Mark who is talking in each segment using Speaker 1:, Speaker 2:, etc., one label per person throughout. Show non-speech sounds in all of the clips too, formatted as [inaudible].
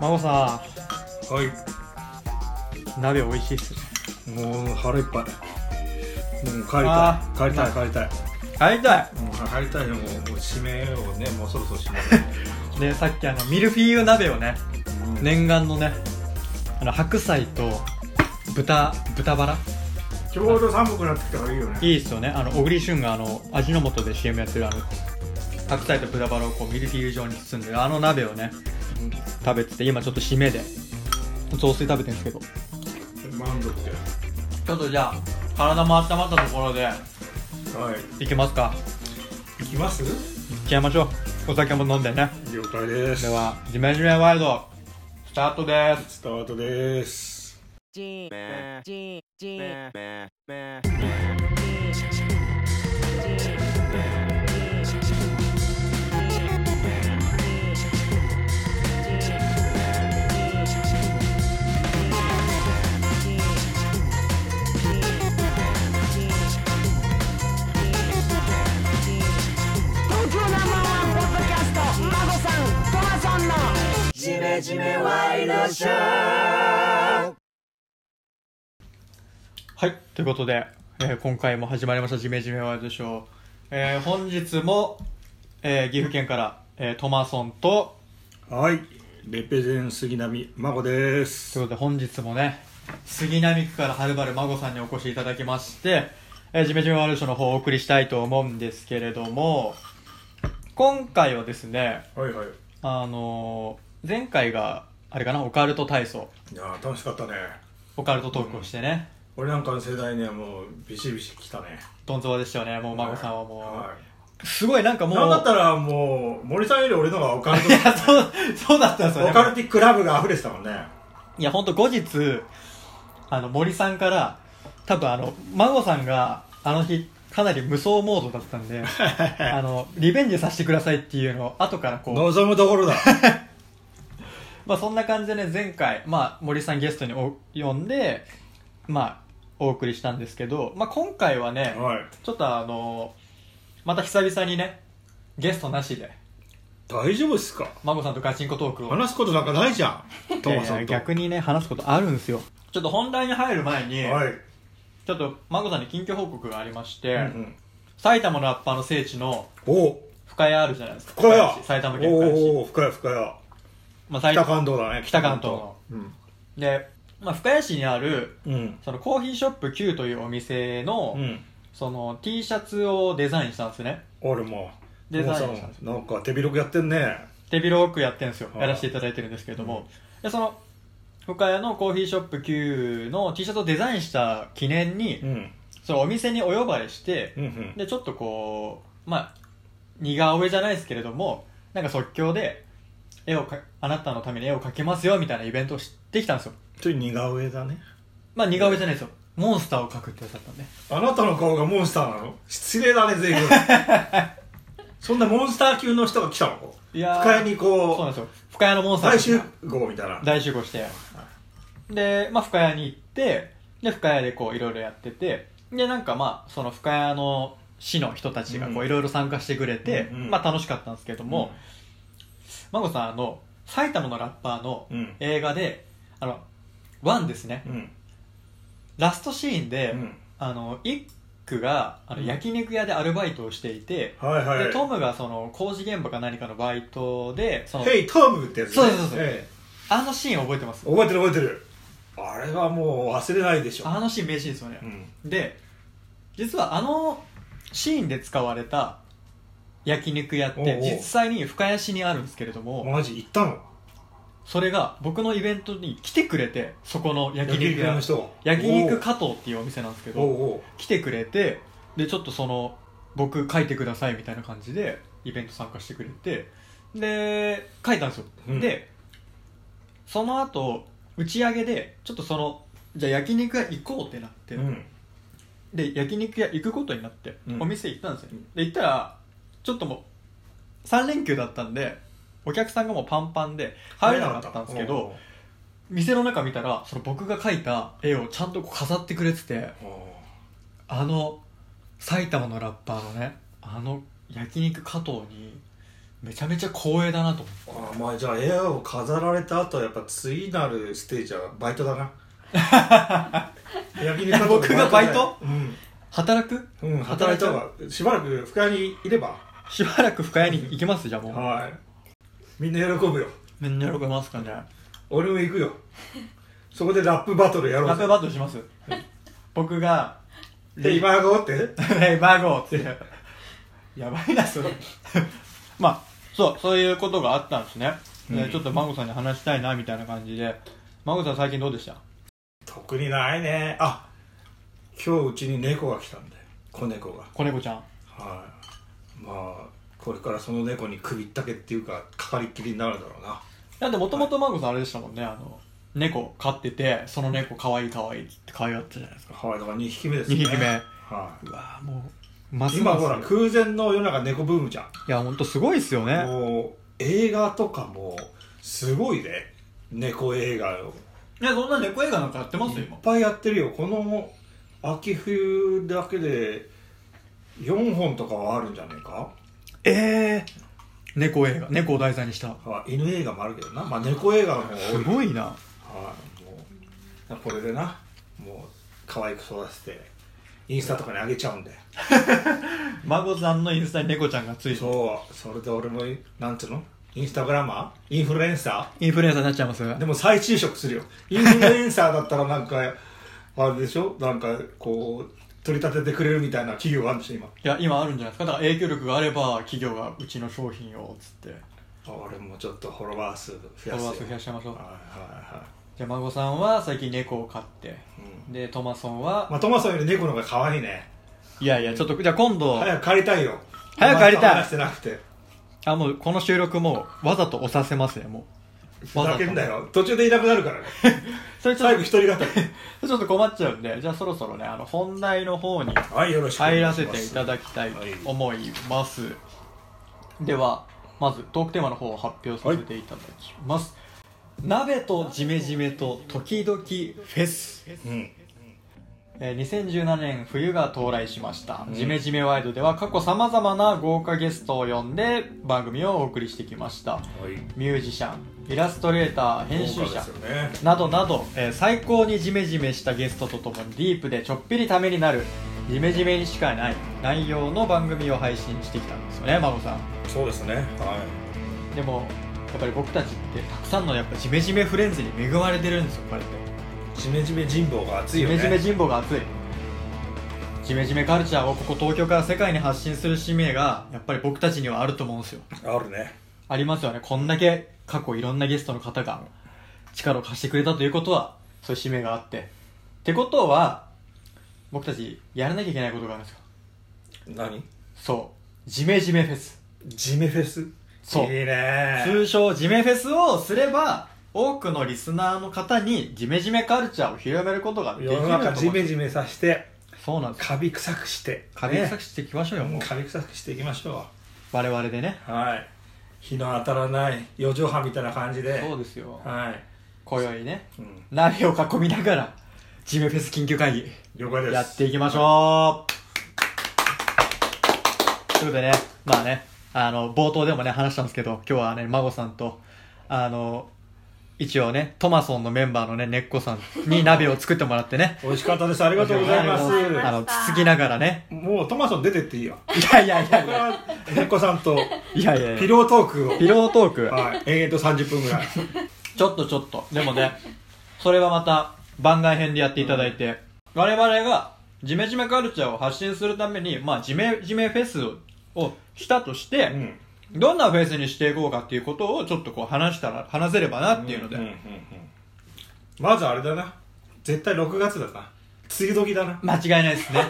Speaker 1: 孫さ
Speaker 2: はい
Speaker 1: ん鍋美味しいっすね
Speaker 2: もう腹いっぱいもう帰り
Speaker 1: あ
Speaker 2: たい帰りたい帰りたい
Speaker 1: 帰りたい
Speaker 2: もう帰りたいよもうもう締めをねもうそろそろ締めよ
Speaker 1: でさっきあのミルフィーユ鍋をね
Speaker 2: ううん
Speaker 1: 念願のねあの白菜と豚豚バラ
Speaker 2: ちょうど寒くなってきたからいいよね
Speaker 1: いいっすよねあの小栗旬があの味の素で CM やってるあの白菜と豚バラをこうミルフィーユ状に包んでるあの鍋をね食べてて今ちょっと締めで雑炊食べてるんですけどち
Speaker 2: うん満足で
Speaker 1: ょっとじゃあ体も温まったところで
Speaker 2: はい
Speaker 1: いけますか
Speaker 2: 行きます
Speaker 1: いっちゃいましょうお酒も飲んでね
Speaker 2: 了解です
Speaker 1: ではジメジメワイドスタートです
Speaker 2: スタートです
Speaker 3: ジメジジメメメ
Speaker 4: 東京ナンバーワンポッドキャスト孫さんトマさんのジメジメワイドショー
Speaker 1: はい、ということで、えー今回も始まりました、ジメジメワイドショー。えー本日も、えー岐阜県から、えートマソンと、
Speaker 2: はいレペゼン杉並真子で
Speaker 1: と
Speaker 2: す
Speaker 1: いうことで本日もね、杉並区からはるばる孫さんにお越しいただきまして、えージメジメワイドショーの方をお送りしたいと思うんですけれども、今回はですね、
Speaker 2: はいはい
Speaker 1: あのー前回が、あれかな、オカルト体操、
Speaker 2: いやー楽しかったね
Speaker 1: オカルトトークをしてね、
Speaker 2: 俺なんかの世代ねもうビシビシ来たね
Speaker 1: どんぞわでしたよね、もう孫さんはもう。
Speaker 2: は
Speaker 1: すごいなんか
Speaker 2: い
Speaker 1: もう、
Speaker 2: なんだったらもう森さんより俺の方がオカルト
Speaker 1: いや、そう、 [laughs] そうだったんですよね。
Speaker 2: オカルティックラブが溢れてたもんね
Speaker 1: いや、ほんと後日、あの、森さんから、多分あの、孫さんが、あの日、かなり無双モードだったん [laughs] で、あの、リベンジさせてくださいっていうのを、後からこ
Speaker 2: 望むところだ
Speaker 1: う、まあそんな感じでね、前回、まあ森さんゲストにお呼んで、まあ、お送りしたんですけど、まあ今回はね、
Speaker 2: はい
Speaker 1: ちょっとあの、また久々にね、ゲストなしで、
Speaker 2: 大丈夫っすか
Speaker 1: 孫さんとガチンコトークを。
Speaker 2: 話すことなんかないじゃんト
Speaker 1: いや
Speaker 2: マ
Speaker 1: い
Speaker 2: さ
Speaker 1: や
Speaker 2: んと
Speaker 1: 逆にね、話すことあるんですよ。ちょっと本題に入る前に、
Speaker 2: はい、
Speaker 1: ちょっと、まこさんに近況報告がありまして、
Speaker 2: うん
Speaker 1: 埼玉のラッパーの聖地の
Speaker 2: うん、おお
Speaker 1: 深谷あるじゃないですか。
Speaker 2: 深谷
Speaker 1: 埼玉
Speaker 2: お
Speaker 1: 県
Speaker 2: う
Speaker 1: 深谷市。
Speaker 2: おうおう深谷深谷
Speaker 1: まあ、埼
Speaker 2: 北関東だね
Speaker 1: 北関東の
Speaker 2: うん
Speaker 1: で、まあ、深谷市にある、
Speaker 2: うん
Speaker 1: そのコーヒーショップ Q というお店の、
Speaker 2: うん
Speaker 1: その T シャツをデザインしたんですね。
Speaker 2: 俺も
Speaker 1: デザインした
Speaker 2: もうさなんか手広くやってんね
Speaker 1: 手広くやってるんですよ。
Speaker 2: はい
Speaker 1: やらせていただいてるんですけれども。で、その、深谷のコーヒーショップ Q の T シャツをデザインした記念に、
Speaker 2: うん
Speaker 1: そのお店にお呼ばれして、
Speaker 2: うんうん
Speaker 1: でちょっとこうまあ似顔絵じゃないですけれどもなんか即興で絵をかあなたのために絵を描けますよみたいなイベントをしてきたんですよ
Speaker 2: ちょい似顔絵だね
Speaker 1: まあ似顔絵じゃないですよモンスターを描くってやつだったんで
Speaker 2: あなたの顔がモンスターなの失礼だね
Speaker 1: [laughs]
Speaker 2: 全員そんなモンスター級の人が来たのこう
Speaker 1: いやー
Speaker 2: 深谷に
Speaker 1: そうなん
Speaker 2: こ
Speaker 1: ですよ深谷のモン
Speaker 2: う
Speaker 1: スター
Speaker 2: 最
Speaker 1: が来た
Speaker 2: 終号みたいな
Speaker 1: 大集合してで、まあ、深谷に行ってで深谷でこういろいろやっててでなんかまあその深谷の市の人たちがこ
Speaker 2: う
Speaker 1: うんいろいろ参加してくれて、
Speaker 2: うんうん
Speaker 1: まあ楽しかったんですけども、孫さんあの埼玉のラッパーの
Speaker 2: うん
Speaker 1: 映画で、あのワンですね、
Speaker 2: うん
Speaker 1: ラストシーンで、
Speaker 2: うん
Speaker 1: あの一句があの
Speaker 2: うん
Speaker 1: 焼肉屋でアルバイトをしていて、
Speaker 2: はいはい
Speaker 1: でトムがその工事現場か何かのバイトでその
Speaker 2: ヘイトムってやつ、ね、
Speaker 1: そうそうそう
Speaker 2: え
Speaker 1: あのシーン覚えてます
Speaker 2: え覚えてる覚えてるあれはもう忘れないでしょ
Speaker 1: あのシーン名シーンですよね
Speaker 2: う、ん
Speaker 1: で実はあのシーンで使われた焼肉屋っ
Speaker 2: おうお
Speaker 1: て
Speaker 2: う
Speaker 1: 実際に深谷市にあるんですけれども
Speaker 2: マジ行ったの
Speaker 1: それが僕のイベントに来てくれてそこの焼
Speaker 2: 焼
Speaker 1: 肉
Speaker 2: 肉屋
Speaker 1: 屋
Speaker 2: の人が
Speaker 1: 焼肉加藤っていうお店なんですけ
Speaker 2: おう
Speaker 1: ど
Speaker 2: おう
Speaker 1: 来てくれてでちょっとその僕書いてくださいみたいな感じでイベント参加してくれてで書いたんですよ、
Speaker 2: うん
Speaker 1: でその後打ち上げでちょっとそのじゃあ焼肉屋行こうってなって、
Speaker 2: うん
Speaker 1: で焼肉屋行くことになって、
Speaker 2: うん
Speaker 1: お店行ったんですよ、
Speaker 2: うん
Speaker 1: で行ったらちょっともう3連休だったんでお客さんがもうパンパンで入れなかったんですけど店の中見たらその僕が描いた絵をちゃんとこう飾ってくれてて
Speaker 2: おうおうおう
Speaker 1: あの埼玉のラッパーのねあの焼肉加藤にめちゃめちゃ光栄だなと思って
Speaker 2: あお前じゃあ絵を飾られた後はやっぱ次なるステージはバイトだな
Speaker 1: [laughs]
Speaker 2: 焼肉だと
Speaker 1: 僕がバイト
Speaker 2: だよ
Speaker 1: 働く
Speaker 2: うん、うん、働いた方がしばらく深谷にいれば
Speaker 1: しばらく深谷に行きますじゃあもう。
Speaker 2: はいみんな喜ぶよ
Speaker 1: みんな喜びますかね。
Speaker 2: 俺も行くよそこでラップバトルやろ
Speaker 1: ラ
Speaker 2: う
Speaker 1: ップ
Speaker 2: ぜ
Speaker 1: バトルします僕が、
Speaker 2: で今やろうって
Speaker 1: [laughs] レイバーゴーって。やばいな、それ。 [laughs] まあ、そう、そういうことがあったんですね。で
Speaker 2: うん
Speaker 1: ちょっとマゴさんに話したいな、みたいな感じで。マゴさん最近どうでした
Speaker 2: 特にないねあ今日うちに猫が来たんだよ子猫が
Speaker 1: 子猫ちゃん。
Speaker 2: はいまあこれからその猫に首ったけっていうかかかりっきりになるだろうな
Speaker 1: だってもともとマゴさんあれでしたもんね、あの、猫飼ってて、その猫可愛い可愛いって可愛がってたじゃないですか。
Speaker 2: はいだから2匹目です
Speaker 1: 2匹目。
Speaker 2: は
Speaker 1: うわぁ、もう、ま
Speaker 2: い、今ほら
Speaker 1: い
Speaker 2: 空前の世の中猫ブームじゃん
Speaker 1: や、ほんとすごいっすよね。
Speaker 2: もう映画とかもすごいね猫映画を
Speaker 1: いや、そんな猫映画なんかやってますよ、
Speaker 2: いっぱいやってるよこの秋冬だけで4本とかはあるんじゃねえか、
Speaker 1: ええ猫映画。猫を題材にした。
Speaker 2: はい、犬映画もあるけどな、まあ、猫映画の方が多い
Speaker 1: すごいな。
Speaker 2: はいもうこれでなもう可愛く育ててインスタとかにあげちゃうんで
Speaker 1: 孫さんのインスタに猫ちゃんがついて
Speaker 2: そうそれで俺もなんていうのインスタグラマーインフルエンサ
Speaker 1: インフルエンサーになっちゃいます
Speaker 2: ーでも再就職するよインフルエンサーだったらなんかあれでしょなんかこう取り立ててくれるみたいな企業があるんでしょ今
Speaker 1: いや今あるんじゃないですかだから影響力があれば企業がうちの商品をつって
Speaker 2: あ俺もちょっとフォロワー数
Speaker 1: フォ
Speaker 2: 増やす
Speaker 1: ロ
Speaker 2: よ
Speaker 1: ワー数増やしちゃいましょう
Speaker 2: はいはいは
Speaker 1: じゃあ孫さんは最近猫を飼って
Speaker 2: い、うん
Speaker 1: でトマソンは、
Speaker 2: まあ、トマソンより猫の方が可愛いね
Speaker 1: いやいやちょっとじゃあ今度
Speaker 2: 早く帰りたいよ
Speaker 1: 早く帰りたい
Speaker 2: 話してなくて
Speaker 1: あもうこの収録もうわざと押させますねもう
Speaker 2: ふざけんなよ途中でいなくなるからね
Speaker 1: それちょ
Speaker 2: 最
Speaker 1: っ
Speaker 2: 後一人語り
Speaker 1: とちょっと困っちゃうんでじゃあそろそろねあの本題の方に
Speaker 2: はいよろしくお願
Speaker 1: 入
Speaker 2: いし
Speaker 1: ら
Speaker 2: ます
Speaker 1: せていただきたいと
Speaker 2: はい
Speaker 1: 思います、ではまずトークテーマの方を発表させていただきます、鍋とジメジメと時々フェス、
Speaker 2: うん
Speaker 1: えー2017年冬が到来しました、ジメジメワイドでは過去さまざまな豪華ゲストを呼んで番組をお送りしてきましたミュージシャンイラストレーター編集
Speaker 2: 豪華で
Speaker 1: 者
Speaker 2: すよね
Speaker 1: などなど、えー最高にジメジメしたゲストとともにディープでちょっぴりためになるジメジメにしかない内容の番組を配信してきたんですよね孫さん
Speaker 2: そうですねは
Speaker 1: でもやっぱり僕たちってたくさんのやっぱジメジメフレンズに恵まれてるんですよこれって
Speaker 2: いジメジメ人望が熱い
Speaker 1: ジ
Speaker 2: よね
Speaker 1: メジメ人望が熱いジメジメカルチャーをここ東京から世界に発信する使命がやっぱり僕たちにはあると思うんですよ
Speaker 2: あるね
Speaker 1: ありますよねこんだけ過去いろんなゲストの方が力を貸してくれたということはそういう使命があってってことは僕たちやらなきゃいけないことがあるんですよ
Speaker 2: 何
Speaker 1: そうジメジメフェス
Speaker 2: ジメフェス
Speaker 1: そう
Speaker 2: いいね
Speaker 1: 通称ジメフェスをすれば多くのリスナーの方にジメジメカルチャーを広めることができる
Speaker 2: 世の中
Speaker 1: と
Speaker 2: ジ
Speaker 1: 思う
Speaker 2: メジメさして
Speaker 1: そうなんです
Speaker 2: カビ臭くして
Speaker 1: 壁に
Speaker 2: ね
Speaker 1: 作していきましょうよ、
Speaker 2: う
Speaker 1: もう
Speaker 2: んカビ臭くしていきましょ
Speaker 1: 我々でね
Speaker 2: うはい日の当たらない四畳半みたいな感じで
Speaker 1: そうですよ
Speaker 2: はい、
Speaker 1: 今宵ね
Speaker 2: うん、
Speaker 1: 鍋を囲みながらジメフェス緊急会議
Speaker 2: 了解です
Speaker 1: やっていきましょうということでねまあねあの冒頭でもね話したんですけど今日はね孫さんとあの一応ねトマソンのメンバーのね根っこさんに鍋を作ってもらってね
Speaker 2: 美味しかったですありがとうございます
Speaker 1: あのつつきながらね
Speaker 2: もうトマソン出てっていいよ
Speaker 1: いやいやいやい
Speaker 2: これ
Speaker 1: や
Speaker 2: は猫さんと
Speaker 1: いやいや
Speaker 2: ピロートークを
Speaker 1: ピロートーク
Speaker 2: はい、延々と30分ぐらい
Speaker 1: ちょっとちょっと。でもね、それはまた番外編でやっていただいて、我々がジメジメカルチャーを発信するために、まあジメジメフェスをしたとして、
Speaker 2: うん
Speaker 1: どんなフェスにしていこうかっていうことをちょっとこう話したら、話せればなっていうので、
Speaker 2: んんんまずあれだな絶対6月だな梅雨時だな
Speaker 1: 間違いない [laughs] ですね。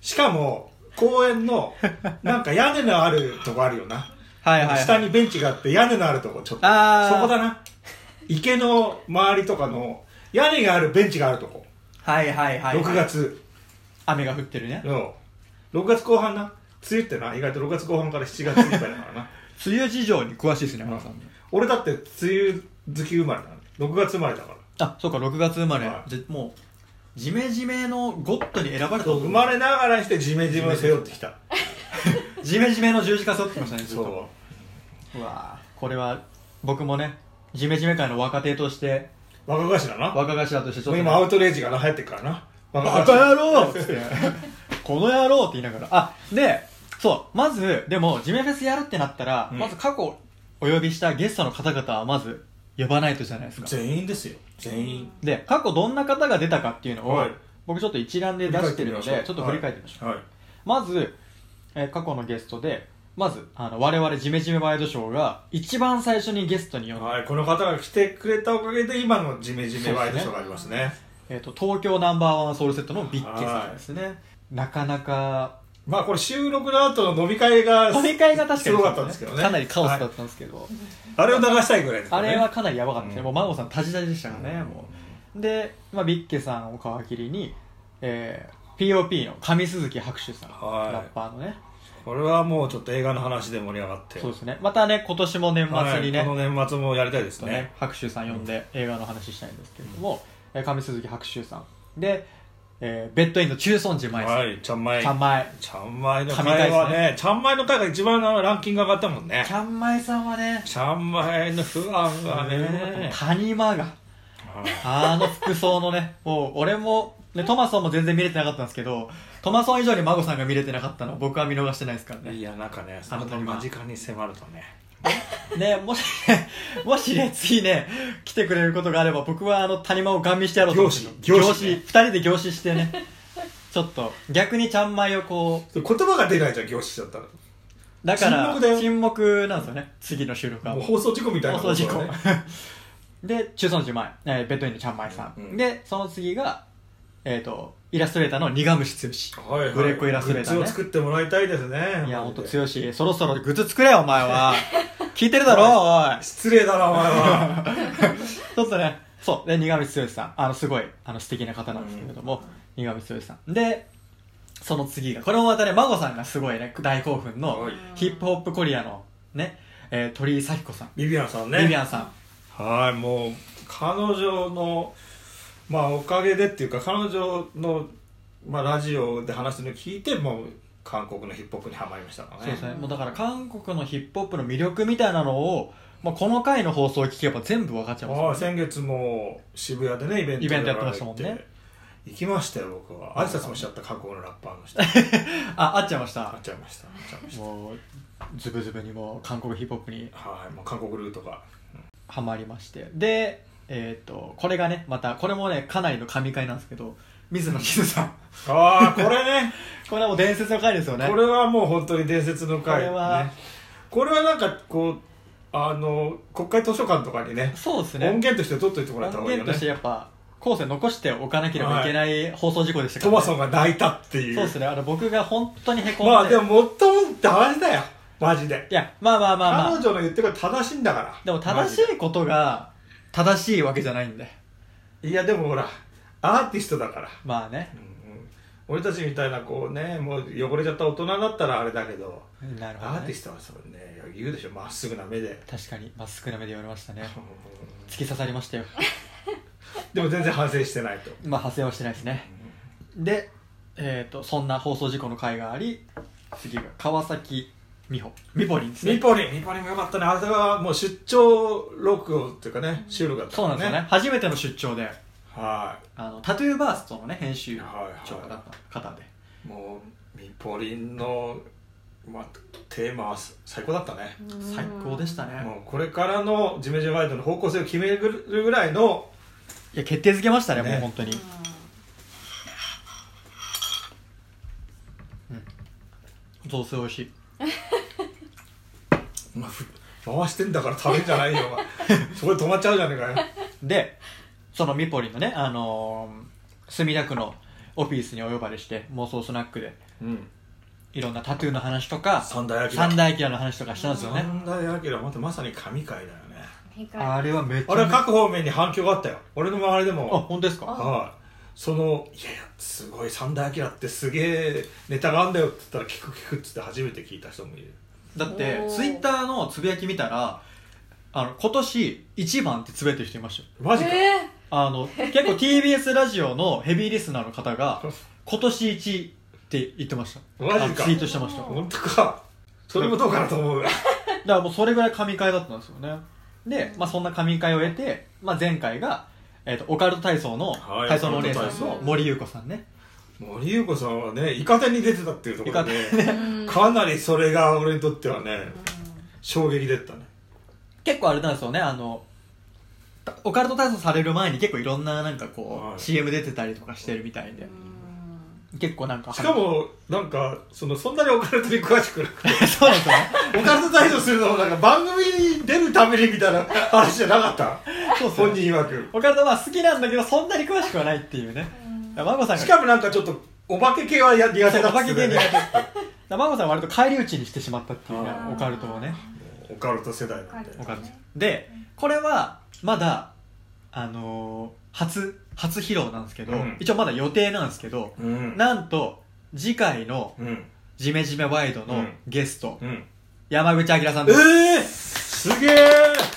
Speaker 2: しかも公園のなんか屋根のあるとこあるよな
Speaker 1: はいはい、はい。
Speaker 2: 下にベンチがあって屋根のあるとこちょっとそ
Speaker 1: あー
Speaker 2: こだな池の周りとかの屋根があるベンチがあるとこ
Speaker 1: はいはいはい。
Speaker 2: 6。月
Speaker 1: 雨が降ってるね。
Speaker 2: の6月後半な梅雨ってな意外と6月後半から7月いっぱいだからな [laughs]
Speaker 1: 梅雨事情に詳しいですね、皆さん。
Speaker 2: 俺だって梅雨好き生まれだな6月生まれだから
Speaker 1: あ、そうか、6月生まれ。
Speaker 2: はい
Speaker 1: でもう、ジメジメのゴッドに選ばれた
Speaker 2: そう生まれながらしてジメジメを背負ってきた
Speaker 1: ジメジメの十字架背負ってましたね、ずっ
Speaker 2: そ
Speaker 1: と。
Speaker 2: う
Speaker 1: うわぁこれは僕もね、ジメジメ界の若手として、
Speaker 2: 若頭な
Speaker 1: 若頭としてちょっとね、
Speaker 2: 今アウトレイジが流行ってるからな
Speaker 1: バカ野郎っつって、この野郎って言いながら。あ、で、そう、まず、でも、ジメフェスやるってなったら、
Speaker 2: うん
Speaker 1: まず過去お呼びしたゲストの方々はまず呼ばないとじゃないですか。
Speaker 2: 全員ですよ全員
Speaker 1: で、過去どんな方が出たかっていうのを、
Speaker 2: はい
Speaker 1: 僕ちょっと一覧で出してるので、ちょっと振り返ってみましょう。
Speaker 2: うはい
Speaker 1: まず、えー過去のゲストで、まず、あの、我々ジメジメワイドショーが一番最初にゲストに呼んだ、
Speaker 2: はい、この方が来てくれたおかげで今のジメジメワイドショーがありますね
Speaker 1: えっ、と、東京ナンバーワンソウルセットのビッケさんですね。なかなか
Speaker 2: まあこれ収録の後の飲み会が
Speaker 1: 飲み会が確かに
Speaker 2: すごかったんですけどね
Speaker 1: かなりカオスだ
Speaker 2: は
Speaker 1: っ
Speaker 2: い
Speaker 1: たんですけど、
Speaker 2: あれを流したいぐらいです
Speaker 1: あ
Speaker 2: よね
Speaker 1: れはかなりやばかったね、
Speaker 2: うん
Speaker 1: もうマンゴーさんタジタジでしたからね、もうで、まあ、ビッケさんを皮切りに、えー POP の上鈴木白秋さん、
Speaker 2: はい
Speaker 1: ラッパーのね
Speaker 2: これはもうちょっと映画の話で盛り上がって
Speaker 1: そうですねまたね今年も年末にね,、
Speaker 2: はいこの年末もやりたいですね
Speaker 1: ね白秋さん呼んで映画の話したいんですけれども、えー上鈴木白秋さんで、えーベッドインの中尊寺舞さん、
Speaker 2: はいちゃんまい
Speaker 1: ちゃんまい
Speaker 2: ちゃんまいの会は
Speaker 1: 神回
Speaker 2: ねちゃんまいの会が一番ランキング上がったもんね
Speaker 1: ちゃんまいさんはね
Speaker 2: ちゃんまいの不安がね
Speaker 1: 谷間があの服装のね、もう俺も、ね、トマソンも全然見れてなかったんですけど、トマソン以上に孫さんが見れてなかったの僕は見逃してないですから
Speaker 2: うんい
Speaker 1: ね。
Speaker 2: やなんかねそ
Speaker 1: あの
Speaker 2: の
Speaker 1: 時は
Speaker 2: 間近に迫るとね
Speaker 1: ね、 [laughs] もし、もしね、次ね、来てくれることがあれば、僕はあの谷間をガン見してやろうと思ってる
Speaker 2: 凝視凝視ね
Speaker 1: 凝視二人で凝視してね、ちょっと、逆にちゃんまいをこ
Speaker 2: 言葉が出ないじゃん凝視しちゃったら
Speaker 1: う、だから、
Speaker 2: 沈黙だよ
Speaker 1: 沈黙なんですよね、次の収録は
Speaker 2: もう。放送事故みたいな
Speaker 1: 放送事故
Speaker 2: ことだね
Speaker 1: [laughs] で、中尊寺前、えーベッドインのちゃんまいさん。
Speaker 2: うん
Speaker 1: で、その次が、えっ、と、イラストレーターの苦虫剛。
Speaker 2: はいはい
Speaker 1: グレコイラストレーターね
Speaker 2: グッズを作ってもらいたいですね
Speaker 1: いや、ほんと
Speaker 2: い
Speaker 1: 強し、そろそろグッズ作れよ、お前
Speaker 2: [laughs]
Speaker 1: は。聞いてるだろ、おい。
Speaker 2: 失礼だなお前
Speaker 1: [laughs]
Speaker 2: は
Speaker 1: ちょっとね、そう、で、苦光剛さん。あの、すごい、あの、素敵な方なんですけれども、苦光剛さん。で、その次が、これもまたね、孫さんがすごいね、大興奮の
Speaker 2: はい、
Speaker 1: ヒップホップコリアの、ね、えー鳥居咲子さん、
Speaker 2: ビビアンさん
Speaker 1: リ
Speaker 2: ね
Speaker 1: ビアンさん。
Speaker 2: はいもう彼女のまあおかげでっていうか彼女の、まあ、ラジオで話してるのを聞いてもう韓国のヒップホップにハマりましたからね
Speaker 1: そうですね、もうだから韓国のヒップホップの魅力みたいなのを、まあ、この回の放送を聞けば全部分かっちゃい
Speaker 2: ああ
Speaker 1: ますよね。
Speaker 2: 先月も渋谷でねイベント
Speaker 1: イベントやってましたもんね
Speaker 2: 行きましたよ僕は挨拶もしちゃった韓国のラッパーの人
Speaker 1: あ、あっちゃいまし
Speaker 2: 会
Speaker 1: た
Speaker 2: っ。ちゃいました会っちゃいました
Speaker 1: もう、ズブズブにもう韓国ヒップホップに
Speaker 2: はいもう韓国ルートが
Speaker 1: ハマりましてでえっ、とこれがねまたこれもねかなりの神回なんですけど水野静さん [laughs]
Speaker 2: ああこれね
Speaker 1: これはもう伝説の回ですよね
Speaker 2: これはもう本当に伝説の
Speaker 1: こ
Speaker 2: 回
Speaker 1: れは、
Speaker 2: ねこれはなんかこうあの国会図書館とかにね
Speaker 1: そうですね
Speaker 2: 音源として取っといてもらった
Speaker 1: 音
Speaker 2: 方がいいよ
Speaker 1: 源として
Speaker 2: ね
Speaker 1: やっぱ後世残しておかなければいけない放送事故でしたか
Speaker 2: ト
Speaker 1: ら、ね
Speaker 2: マソンが泣いたっていう
Speaker 1: そうですねあの僕が本当にへこんで、
Speaker 2: まあでももっともって話だよマジで
Speaker 1: いやまあまあまあまあ
Speaker 2: 彼女の言ってること正しいんだから
Speaker 1: でも正しいことが正しいわけじゃないんで
Speaker 2: いいやでもほらアーティストだから
Speaker 1: まあね
Speaker 2: 俺たちみたいなこうねもう汚れちゃった大人だったらあれだけど
Speaker 1: なるほど、
Speaker 2: ア
Speaker 1: ね、
Speaker 2: ーティストはそれねいや言うでしょまっすぐな目で
Speaker 1: 確かにまっすぐな目で言われましたね突き刺さりました
Speaker 2: [laughs]
Speaker 1: よ
Speaker 2: でも全然反省してないと
Speaker 1: まあ派生はしてないですね、で、えー、とそんな放送事故の回があり次が川崎美穂美穂林です
Speaker 2: ミ
Speaker 1: ね
Speaker 2: ポリンミポリンもよかったねあれはもう出張録音っていうかね収録だった
Speaker 1: そうなんですよね初めての出張で
Speaker 2: は
Speaker 1: あのタトゥーバーストのね編集
Speaker 2: いはい
Speaker 1: 長だっ
Speaker 2: は
Speaker 1: た方で、
Speaker 2: いもうミポリンの、まあ、テーマは最高だったね、
Speaker 1: 最高でしたね
Speaker 2: もうこれからのジメジメワイドの方向性を決めるぐらいの
Speaker 1: いや決定づけましたね
Speaker 2: ね
Speaker 1: もう本当に、うん雑炊美味しい
Speaker 2: まあふ回してんだから食べんじ
Speaker 1: [laughs]
Speaker 2: ゃないよお前そこで止まっちゃうじゃねえかよ
Speaker 1: でそのミポリンのね、あのー墨田区のオフィスにお呼ばれして妄想スナックで
Speaker 2: うん
Speaker 1: いろんなタトゥーの話とか
Speaker 2: 三大アキラ
Speaker 1: 三大キラの話とかしたんですよね
Speaker 2: 三大アキラまたまさに神回だよね
Speaker 5: 正解
Speaker 1: あれはめっちゃ
Speaker 2: あれは各方面に反響があったよ俺の周りで
Speaker 1: あ
Speaker 2: も
Speaker 1: 本当ですか
Speaker 2: はいそのいやいやすごい三大アキラってすげえネタがあんだよって言ったら聞く聞くっつって初めて聞いた人もいる
Speaker 1: だって
Speaker 5: おー
Speaker 1: ツイッターのつぶやき見たらあの今年一番ってつぶやいてる人いましたよ
Speaker 2: マジか、
Speaker 5: え
Speaker 1: あの結構 TBS ラジオのヘビーリスナーの方が今年一って言ってました
Speaker 2: マジか
Speaker 1: あのツイートしてましただか
Speaker 2: 本当かそれもどうかなと思う
Speaker 1: らもうそれぐらい神回だったんですよねで、まあ、そんな神会を得て、まあ、前回が、えっとオカルト体操の
Speaker 2: はい
Speaker 1: 体操のお姉さ
Speaker 2: オカ
Speaker 1: ん
Speaker 2: ルト体
Speaker 1: の
Speaker 2: 操
Speaker 1: 森優子さんね
Speaker 2: 森優子さんはねイカ天に出てたっていうところで
Speaker 1: イカ天
Speaker 5: うん
Speaker 2: かなりそれが俺にとってはね衝撃だったね
Speaker 1: 結構あれなんですよねあのたオカルト体操される前に結構いろんななんかこう、
Speaker 2: はい
Speaker 1: CM 出てたりとかしてるみたいで、結構なんか
Speaker 2: しかもなんかそのそんなにオカルトに詳しくなくて
Speaker 1: [laughs] そうなんですよね
Speaker 2: オカルト対処するのもなんか番組に出るためにみたいな話じゃなかった
Speaker 1: そうそう
Speaker 2: 本人曰く
Speaker 1: オカルトまあ好きなんだけどそんなに詳しくはないっていうねマゴさんが
Speaker 2: しかもなんかちょっとお化け系はや苦手だ
Speaker 1: お化
Speaker 2: っつ
Speaker 1: け
Speaker 2: っ
Speaker 1: 芸
Speaker 2: て
Speaker 1: 人
Speaker 2: ね
Speaker 1: がマゴさんは割と返り討ちにしてしまったっていうね
Speaker 2: あ
Speaker 5: ー
Speaker 1: オカルトをね
Speaker 2: オカルト世代なんで
Speaker 1: オカルトでこれはまだあのー初初披露なんですけど、
Speaker 2: うん
Speaker 1: 一応まだ予定なんですけど、
Speaker 2: うん
Speaker 1: なんと次回の
Speaker 2: うん
Speaker 1: 「ジメジメワイド」
Speaker 2: う
Speaker 1: の
Speaker 2: ん
Speaker 1: ゲスト、
Speaker 2: うん
Speaker 1: 山口明さん
Speaker 2: え
Speaker 1: です、
Speaker 2: えすげえ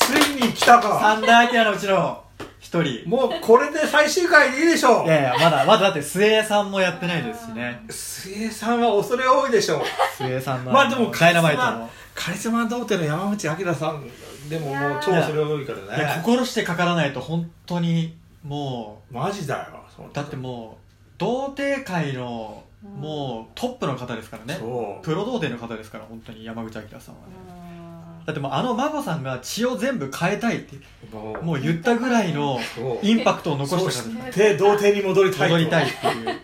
Speaker 2: ついに来たか
Speaker 1: 三大明のうちの一人
Speaker 2: もうこれで最終回でいいでし
Speaker 1: [laughs]
Speaker 2: ょ
Speaker 1: いやいやまだまだだって末江さんもやってないですしね
Speaker 2: う末江さんは恐れ多いで
Speaker 1: [laughs]
Speaker 2: しょう
Speaker 1: 末江さんの
Speaker 2: まあでも
Speaker 1: ダイナマイト
Speaker 2: カリス
Speaker 1: の
Speaker 2: マカリスマ童貞の山口明さんでももう超それ多いか
Speaker 1: いや
Speaker 2: らね
Speaker 1: 心してかからないと本当にも
Speaker 2: マジだよそんな
Speaker 1: うだってもう童貞界のもうトップの方ですからね
Speaker 2: そう
Speaker 1: プロ童貞の方ですから本当に山口明さんはねだってもうあの孫さんが血を全部変えたいって
Speaker 2: もう
Speaker 1: もう言ったぐらいの
Speaker 2: そう
Speaker 1: インパクトを残
Speaker 2: そう
Speaker 1: した
Speaker 2: し
Speaker 1: か
Speaker 2: て童貞に戻りた
Speaker 1: ら
Speaker 2: い
Speaker 1: 戻りたい
Speaker 2: い
Speaker 1: っていうい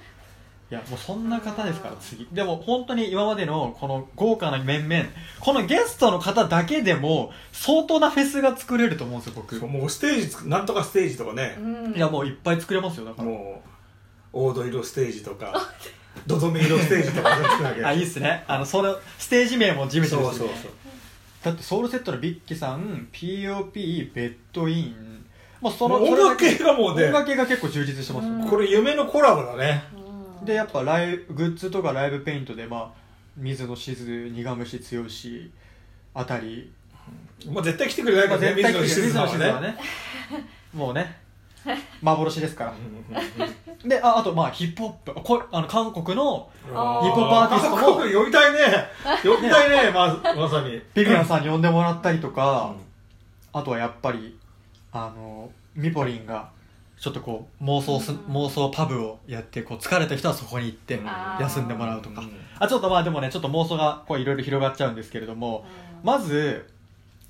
Speaker 1: やもうそんな方ですから次でも本当に今までのこの豪華な面々このゲストの方だけでも相当なフェスが作れると思うんですよ僕
Speaker 2: もうステージつくなんとかステージとかね、
Speaker 1: いやもういっぱい作れますよだから
Speaker 2: もう黄土色ステージとか
Speaker 1: [laughs]
Speaker 2: どどめ色ステージとか作らなきゃ
Speaker 1: あいいっすねあのそのステージ名も事務
Speaker 2: そう
Speaker 1: 所
Speaker 2: そ
Speaker 1: で
Speaker 2: う
Speaker 1: す
Speaker 2: そう
Speaker 1: ねだってソウルセットのビッキーさん POP ベッドインもうその
Speaker 2: もう音楽系がもうね
Speaker 1: 音楽系が結構充実してますよ、
Speaker 5: うん
Speaker 2: これ夢のコラボだね
Speaker 1: でやっぱライブグッズとかライブペイントでまあ水野静苦虫強しあたり、
Speaker 2: もう絶対来てくれない
Speaker 1: ま
Speaker 2: か
Speaker 1: あ、
Speaker 2: らね、
Speaker 1: 絶対
Speaker 2: 水野静
Speaker 1: 水
Speaker 2: さ
Speaker 1: 野
Speaker 2: んは
Speaker 1: 静
Speaker 2: ね
Speaker 1: はねもうね幻ですから
Speaker 2: うんうんうん
Speaker 1: で
Speaker 2: [laughs]
Speaker 1: ああとまあヒップホップこあの韓国の
Speaker 5: あー
Speaker 1: ヒップホップアーティストも
Speaker 2: 韓国呼びたいね呼びたいねままさに
Speaker 1: ビビアンさんに呼んでもらったりとか、あとはやっぱりあのミポリンがちょっとこう妄想す、
Speaker 5: うん
Speaker 1: 妄想パブをやってこう疲れた人はそこに行って
Speaker 5: あー
Speaker 1: 休んでもらうとか、
Speaker 2: うん
Speaker 1: あちょっとまあでもねちょっと妄想がこういろいろ広がっちゃうんですけれどもまず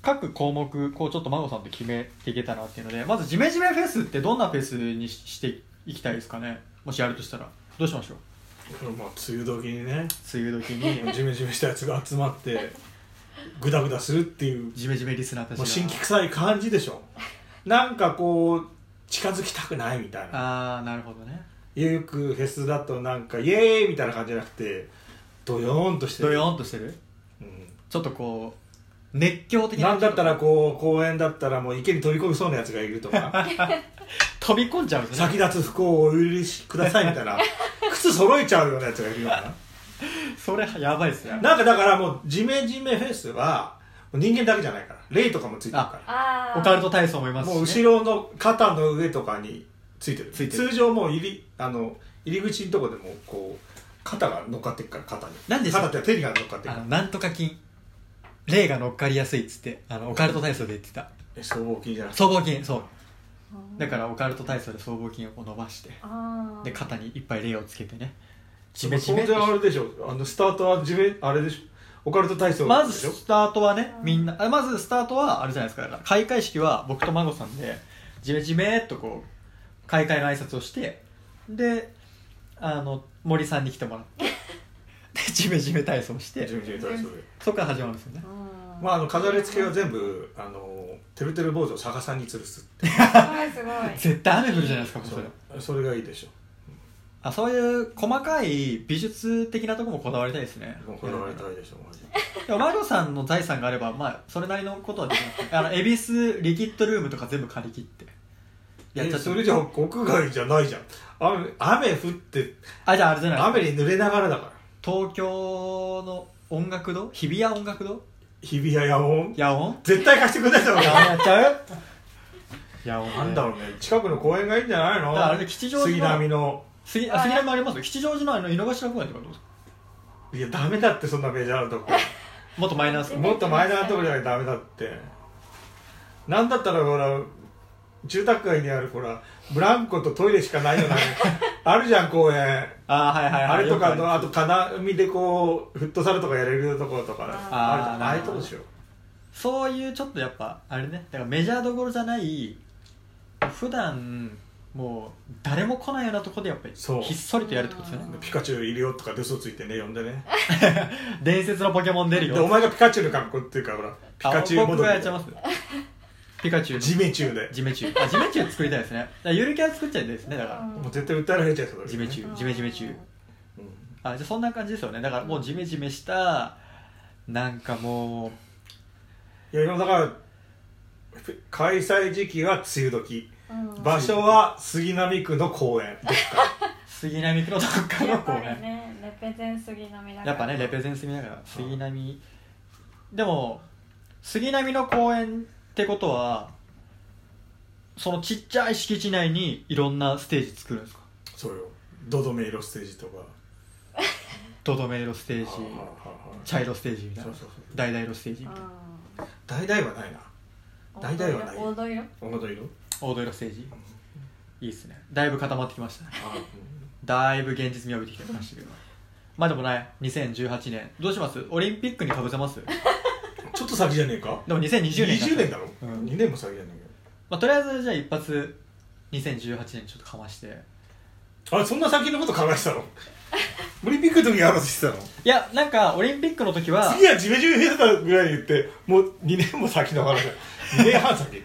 Speaker 1: 各項目こうちょっと孫さんと決めていけたらっていうのでまずジメジメフェスってどんなフェスにししていきたいですかねもしやるとしたらどうしましょう
Speaker 2: これもう梅雨時にね
Speaker 1: 梅雨時
Speaker 2: [laughs]
Speaker 1: に
Speaker 2: ジメジメしたやつが集まってグダグダするっていう
Speaker 1: ジメジメリスナーたち
Speaker 2: も
Speaker 1: が
Speaker 2: う新規臭い感じでしょなんかこう近づきたくないみたいな
Speaker 1: ああなるほどね
Speaker 2: よくフェスだとなんかイエーイみたいな感じじゃなくてドヨーンとして
Speaker 1: ド
Speaker 2: る
Speaker 1: ヨーンとしてる
Speaker 2: うん
Speaker 1: ちょっとこう熱狂的な
Speaker 2: [laughs] なんだったらこう公園だったらもう池に飛び込みそうなやつがいる
Speaker 1: [laughs]
Speaker 2: とか
Speaker 1: 飛び込んじゃうんですね
Speaker 2: 先立つ不幸をお許しくださいみた
Speaker 1: [laughs]
Speaker 2: いな靴揃えちゃうようなやつがいるような
Speaker 1: それやばいっすね
Speaker 2: なんかだからもうジメジメフェスは人間だけじゃないから霊とかもついてるか
Speaker 5: あ
Speaker 1: オカルト体操もいま
Speaker 2: ら
Speaker 1: すし、ね、
Speaker 2: もう後ろの肩の上とかについてる
Speaker 1: ついてる
Speaker 2: 通常もう入りあの入り口のとこでもこう肩が乗っかってくから肩に
Speaker 1: なんでしょう
Speaker 2: 肩って手が乗っかってく
Speaker 1: あ
Speaker 2: か
Speaker 1: の
Speaker 2: ら
Speaker 1: なんとか金霊が乗っかりやすいっつってあのオカルト体操で言ってた
Speaker 2: え僧帽筋じゃなくて
Speaker 1: 僧帽筋そうだからオカルト体操で僧帽筋をこう伸ばして
Speaker 5: あ
Speaker 1: で肩にいっぱい霊をつけてねジ
Speaker 2: そ
Speaker 1: メジメ
Speaker 2: 当然あれでしょあのスタートは地面あれでしょオカルト体操
Speaker 1: ま
Speaker 2: で
Speaker 1: ず
Speaker 2: しょ
Speaker 1: スタートはねみんなあまずスタートはあれじゃないですかだから開会式は僕と孫さんでジメジメっとこう開会の挨拶をしてであの森さんに来てもらってでジメジメ体操して
Speaker 2: 地面地面体操で
Speaker 1: そっから始まるんですよね
Speaker 2: まああの飾り付けは全部あのてるてる坊主を逆さに吊るすって
Speaker 5: あすごいす
Speaker 1: 絶対雨降るじゃないですかもう
Speaker 2: そ
Speaker 1: それ
Speaker 2: れそれがいいでしょ
Speaker 1: あそういう細かい美術的なとこもこだわりたいですね
Speaker 2: もうこだわりたいでしょマジで
Speaker 1: でもマリオさんの財産があれば、まあ、それなりのことはできますあの恵比寿リキッドルームとか全部借り切ってやっちゃっ
Speaker 2: え
Speaker 1: て
Speaker 2: そ
Speaker 1: も
Speaker 2: れじゃ国外じゃないじゃん雨雨降って
Speaker 1: あじゃああれじゃない
Speaker 2: 雨に濡れながらだから
Speaker 1: 東京の音楽堂日比谷音楽堂
Speaker 2: 日比谷野音
Speaker 1: 野音
Speaker 2: 絶対貸してくれないだろう
Speaker 1: 野
Speaker 2: な
Speaker 1: 音やっち
Speaker 2: [laughs]
Speaker 1: ゃう野音ね
Speaker 2: なんだろうね近くの公園がいいんじゃないの
Speaker 1: だからあれ吉祥寺の
Speaker 2: 杉並の
Speaker 1: 杉あ杉並もありますよ吉祥寺のあの井の頭公園とかどうですか
Speaker 2: いやダメだってそんなメジャーなとこ
Speaker 1: もっとマイナーですか
Speaker 2: もっとマイナーなとこじゃなきゃダメだってなんだったらほら住宅街にあるほらブランコとトイレしかな
Speaker 1: [laughs]
Speaker 2: いようなあるじゃん公園
Speaker 1: あーはいはいはい
Speaker 2: あれとか
Speaker 1: よく
Speaker 2: の
Speaker 1: あ
Speaker 2: あ
Speaker 1: る
Speaker 2: と金網でこうフットサルとかやれるところとか
Speaker 1: あ
Speaker 2: あるじゃん
Speaker 1: あー
Speaker 2: ああいうとこでしょ
Speaker 1: そういうちょっとやっぱあれねだからメジャーどころじゃない普段もう誰も来ないようなとこでやっぱり
Speaker 2: そう
Speaker 1: ひっそりとやるってことですよね
Speaker 2: ピカチュウいるよとかで嘘ついてね呼ん
Speaker 1: [laughs]
Speaker 2: でね
Speaker 1: 伝説のポケモン出る
Speaker 2: で
Speaker 1: よ
Speaker 2: お前がピカチュウの格好っていうかほらピカチュウ
Speaker 1: あ
Speaker 2: 戻
Speaker 1: 僕がやっ
Speaker 2: り
Speaker 1: ちゃいますピカチュウの
Speaker 2: 地味中で
Speaker 1: ジメチュウあジメチュウ作りたいですねだからゆるキャラ作っちゃいたいですねだから
Speaker 2: もう絶対訴えられちゃうそれ
Speaker 1: ジメチ
Speaker 2: ュ
Speaker 1: ュウジメジメチュウ
Speaker 2: ウ
Speaker 1: あじゃあそんな感じですよねだからもうジメジメしたなんかもう
Speaker 2: いやでもだから開催時期は梅雨時
Speaker 5: うん
Speaker 2: 場所は杉並区の公園どっか
Speaker 1: 杉並区のどっか
Speaker 5: や
Speaker 1: の
Speaker 5: っ
Speaker 1: 公
Speaker 5: ぱり
Speaker 1: 園
Speaker 5: ねレペゼン杉並だから
Speaker 1: やっぱねレペゼンス見ながら杉並でも杉並の公園ってことはそのちっちゃい敷地内にいろんなステージ作るんですか
Speaker 2: そうよどどめ色ステージとか
Speaker 1: ドドメ色ステージ
Speaker 2: はあはあはあ
Speaker 1: 茶色ステージみたい
Speaker 2: そ
Speaker 1: な
Speaker 2: うそうそう
Speaker 1: 橙色ステージみたいな
Speaker 5: う
Speaker 2: 大々はないなん大体はない
Speaker 5: 黄土色
Speaker 2: おのど色
Speaker 1: 黄土色ステージいいっすねだいぶ固まってきましたね
Speaker 2: あ
Speaker 1: だいぶ現実味を帯びてきてましたけどまあでもね2018年どうしますオリンピックにかぶせ
Speaker 2: [laughs]
Speaker 1: ます
Speaker 2: ちょっと先じゃねえか
Speaker 1: でも2020年
Speaker 2: 20年だろ、
Speaker 1: う
Speaker 2: うん2年も先じゃね
Speaker 1: まあ、とりあえずじゃあ一発2018年ちょっとかまして
Speaker 2: えかあれそんな先のこと考えてた
Speaker 5: [laughs]
Speaker 2: のオリンピックの時に話してたの
Speaker 1: いやなんかオリンピックの時は
Speaker 2: 次はジメジメだぐらい言ってもう2年も先の話2年半先
Speaker 1: い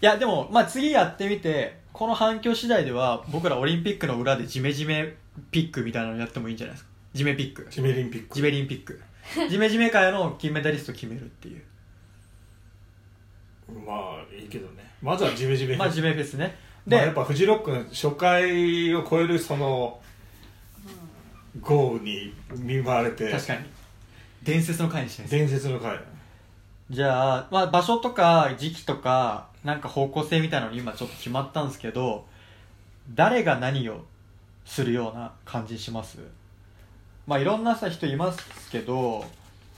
Speaker 1: やでも、まあ、次やってみてこの反響次第では僕らオリンピックの裏でジメジメピックみたいなのやってもいいんじゃないですかジメピック
Speaker 2: ジメリンピック
Speaker 1: ジメリンピックジメジメ界の金メダリスト決めるっていう
Speaker 2: まあいいけどねまずはジメジメ
Speaker 1: まあジメフェスねで、
Speaker 2: で、まあやっぱフジロックの初回を超えるその豪雨に見舞われて
Speaker 1: 確かに伝説の回にしたいです
Speaker 2: 伝説の回
Speaker 1: じゃあ、まあ、場所とか時期とかなんか方向性みたいなのに今ちょっと決まったんですけど誰が何をするような感じしますまあいろんなさ人いますけど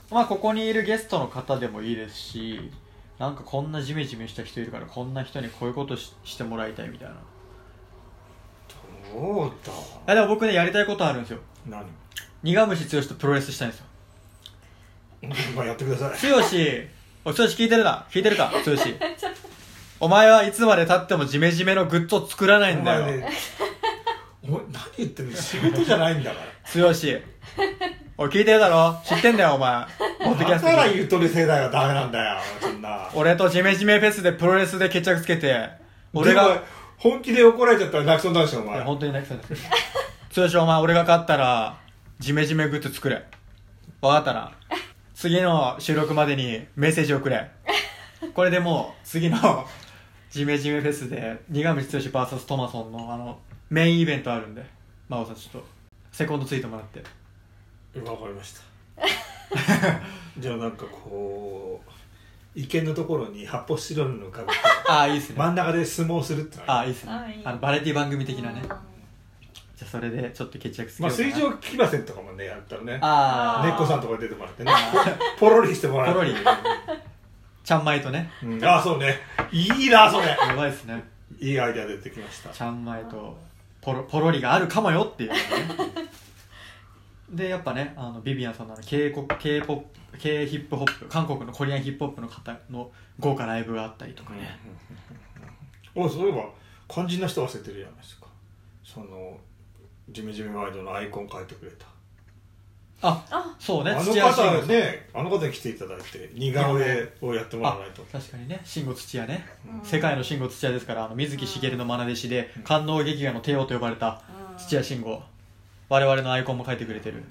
Speaker 1: まあここにいるゲストの方でもいいですしなんかこんなジメジメした人いるからこんな人にこういうことししてもらいたいみたいな
Speaker 2: どうだ
Speaker 1: あでも僕ねやりたいことあるんですよ
Speaker 2: 何
Speaker 1: 苦虫剛とプロレスしたいんですよ
Speaker 2: まあやってください
Speaker 1: 剛おい剛聞いてるな聞いてるか剛お前はいつまで経ってもジメジメのグッズを作らないんだ
Speaker 2: お前
Speaker 1: よ
Speaker 2: ねお前何言ってんの仕事じゃないんだから
Speaker 1: 剛おい聞いてるだろ知ってんだよお
Speaker 2: [laughs]
Speaker 1: 前 [laughs] ポッドキャ
Speaker 2: だ
Speaker 1: ス
Speaker 2: から
Speaker 1: トに
Speaker 2: ゆとり世代はダメなんだよそんな
Speaker 1: 俺とジメジメフェスでプロレスで決着つけて [laughs] 俺
Speaker 2: 俺
Speaker 1: が
Speaker 2: が本気で怒られちゃったら泣きそうになるでしょお
Speaker 1: いや
Speaker 2: 前
Speaker 1: 本当に泣きそうになって剛お前俺が勝ったらジメジメグッズ作れ分かったな次の収録までにメッセージをくれこれでもう次のジメジメフェスで苦虫剛 VS トマソンのあのメインイベントあるんで真央さんちょっとセコンドついてもらって
Speaker 2: わかりました [laughs] じゃあなんかこう意見のところに発泡スチロールのかぶって
Speaker 1: ああいいっすね
Speaker 2: 真ん中で相撲するってのは
Speaker 1: ああいいっすね
Speaker 5: あいい
Speaker 1: あのバラエティ番組的なね
Speaker 5: うん
Speaker 1: じゃあそれでちょっと決着つけ
Speaker 2: ま
Speaker 1: よう
Speaker 2: あ、
Speaker 1: かな
Speaker 2: 水上騎馬戦とかもねやったらね
Speaker 1: ああ
Speaker 2: 猫さんとか出てもらってね [laughs] ポロリしてもらう
Speaker 1: ポロリちゃんまいとね
Speaker 2: うんああそうねいいなそれ
Speaker 1: やばいっすね
Speaker 2: いいアイデア出てきました
Speaker 1: ちゃんまいとポロポロリがあるかもよっていうのねでやっぱねあのビビアンさんのあの K 国 K ポップ K ヒップホップ韓国のコリアンヒップホップの方の豪華ライブがあったりとかね
Speaker 2: おそういえば肝心な人忘れてるじゃないですかそのジメジメワイドのアイコン変えてくれた
Speaker 1: あ
Speaker 5: あ
Speaker 1: そうね
Speaker 2: あの
Speaker 1: 土屋慎
Speaker 2: 方
Speaker 1: 吾さん
Speaker 2: ねあの方に来ていただいて似顔絵をやってもらわ
Speaker 1: あ
Speaker 2: ないと
Speaker 1: 確かにね慎吾土屋ね、
Speaker 5: うん
Speaker 1: 世界の慎吾土屋ですからあの水木しげるの愛弟子で官能劇画の帝王と呼ばれた
Speaker 5: うん
Speaker 1: 土屋慎吾我々のアイコンも書いてくれてる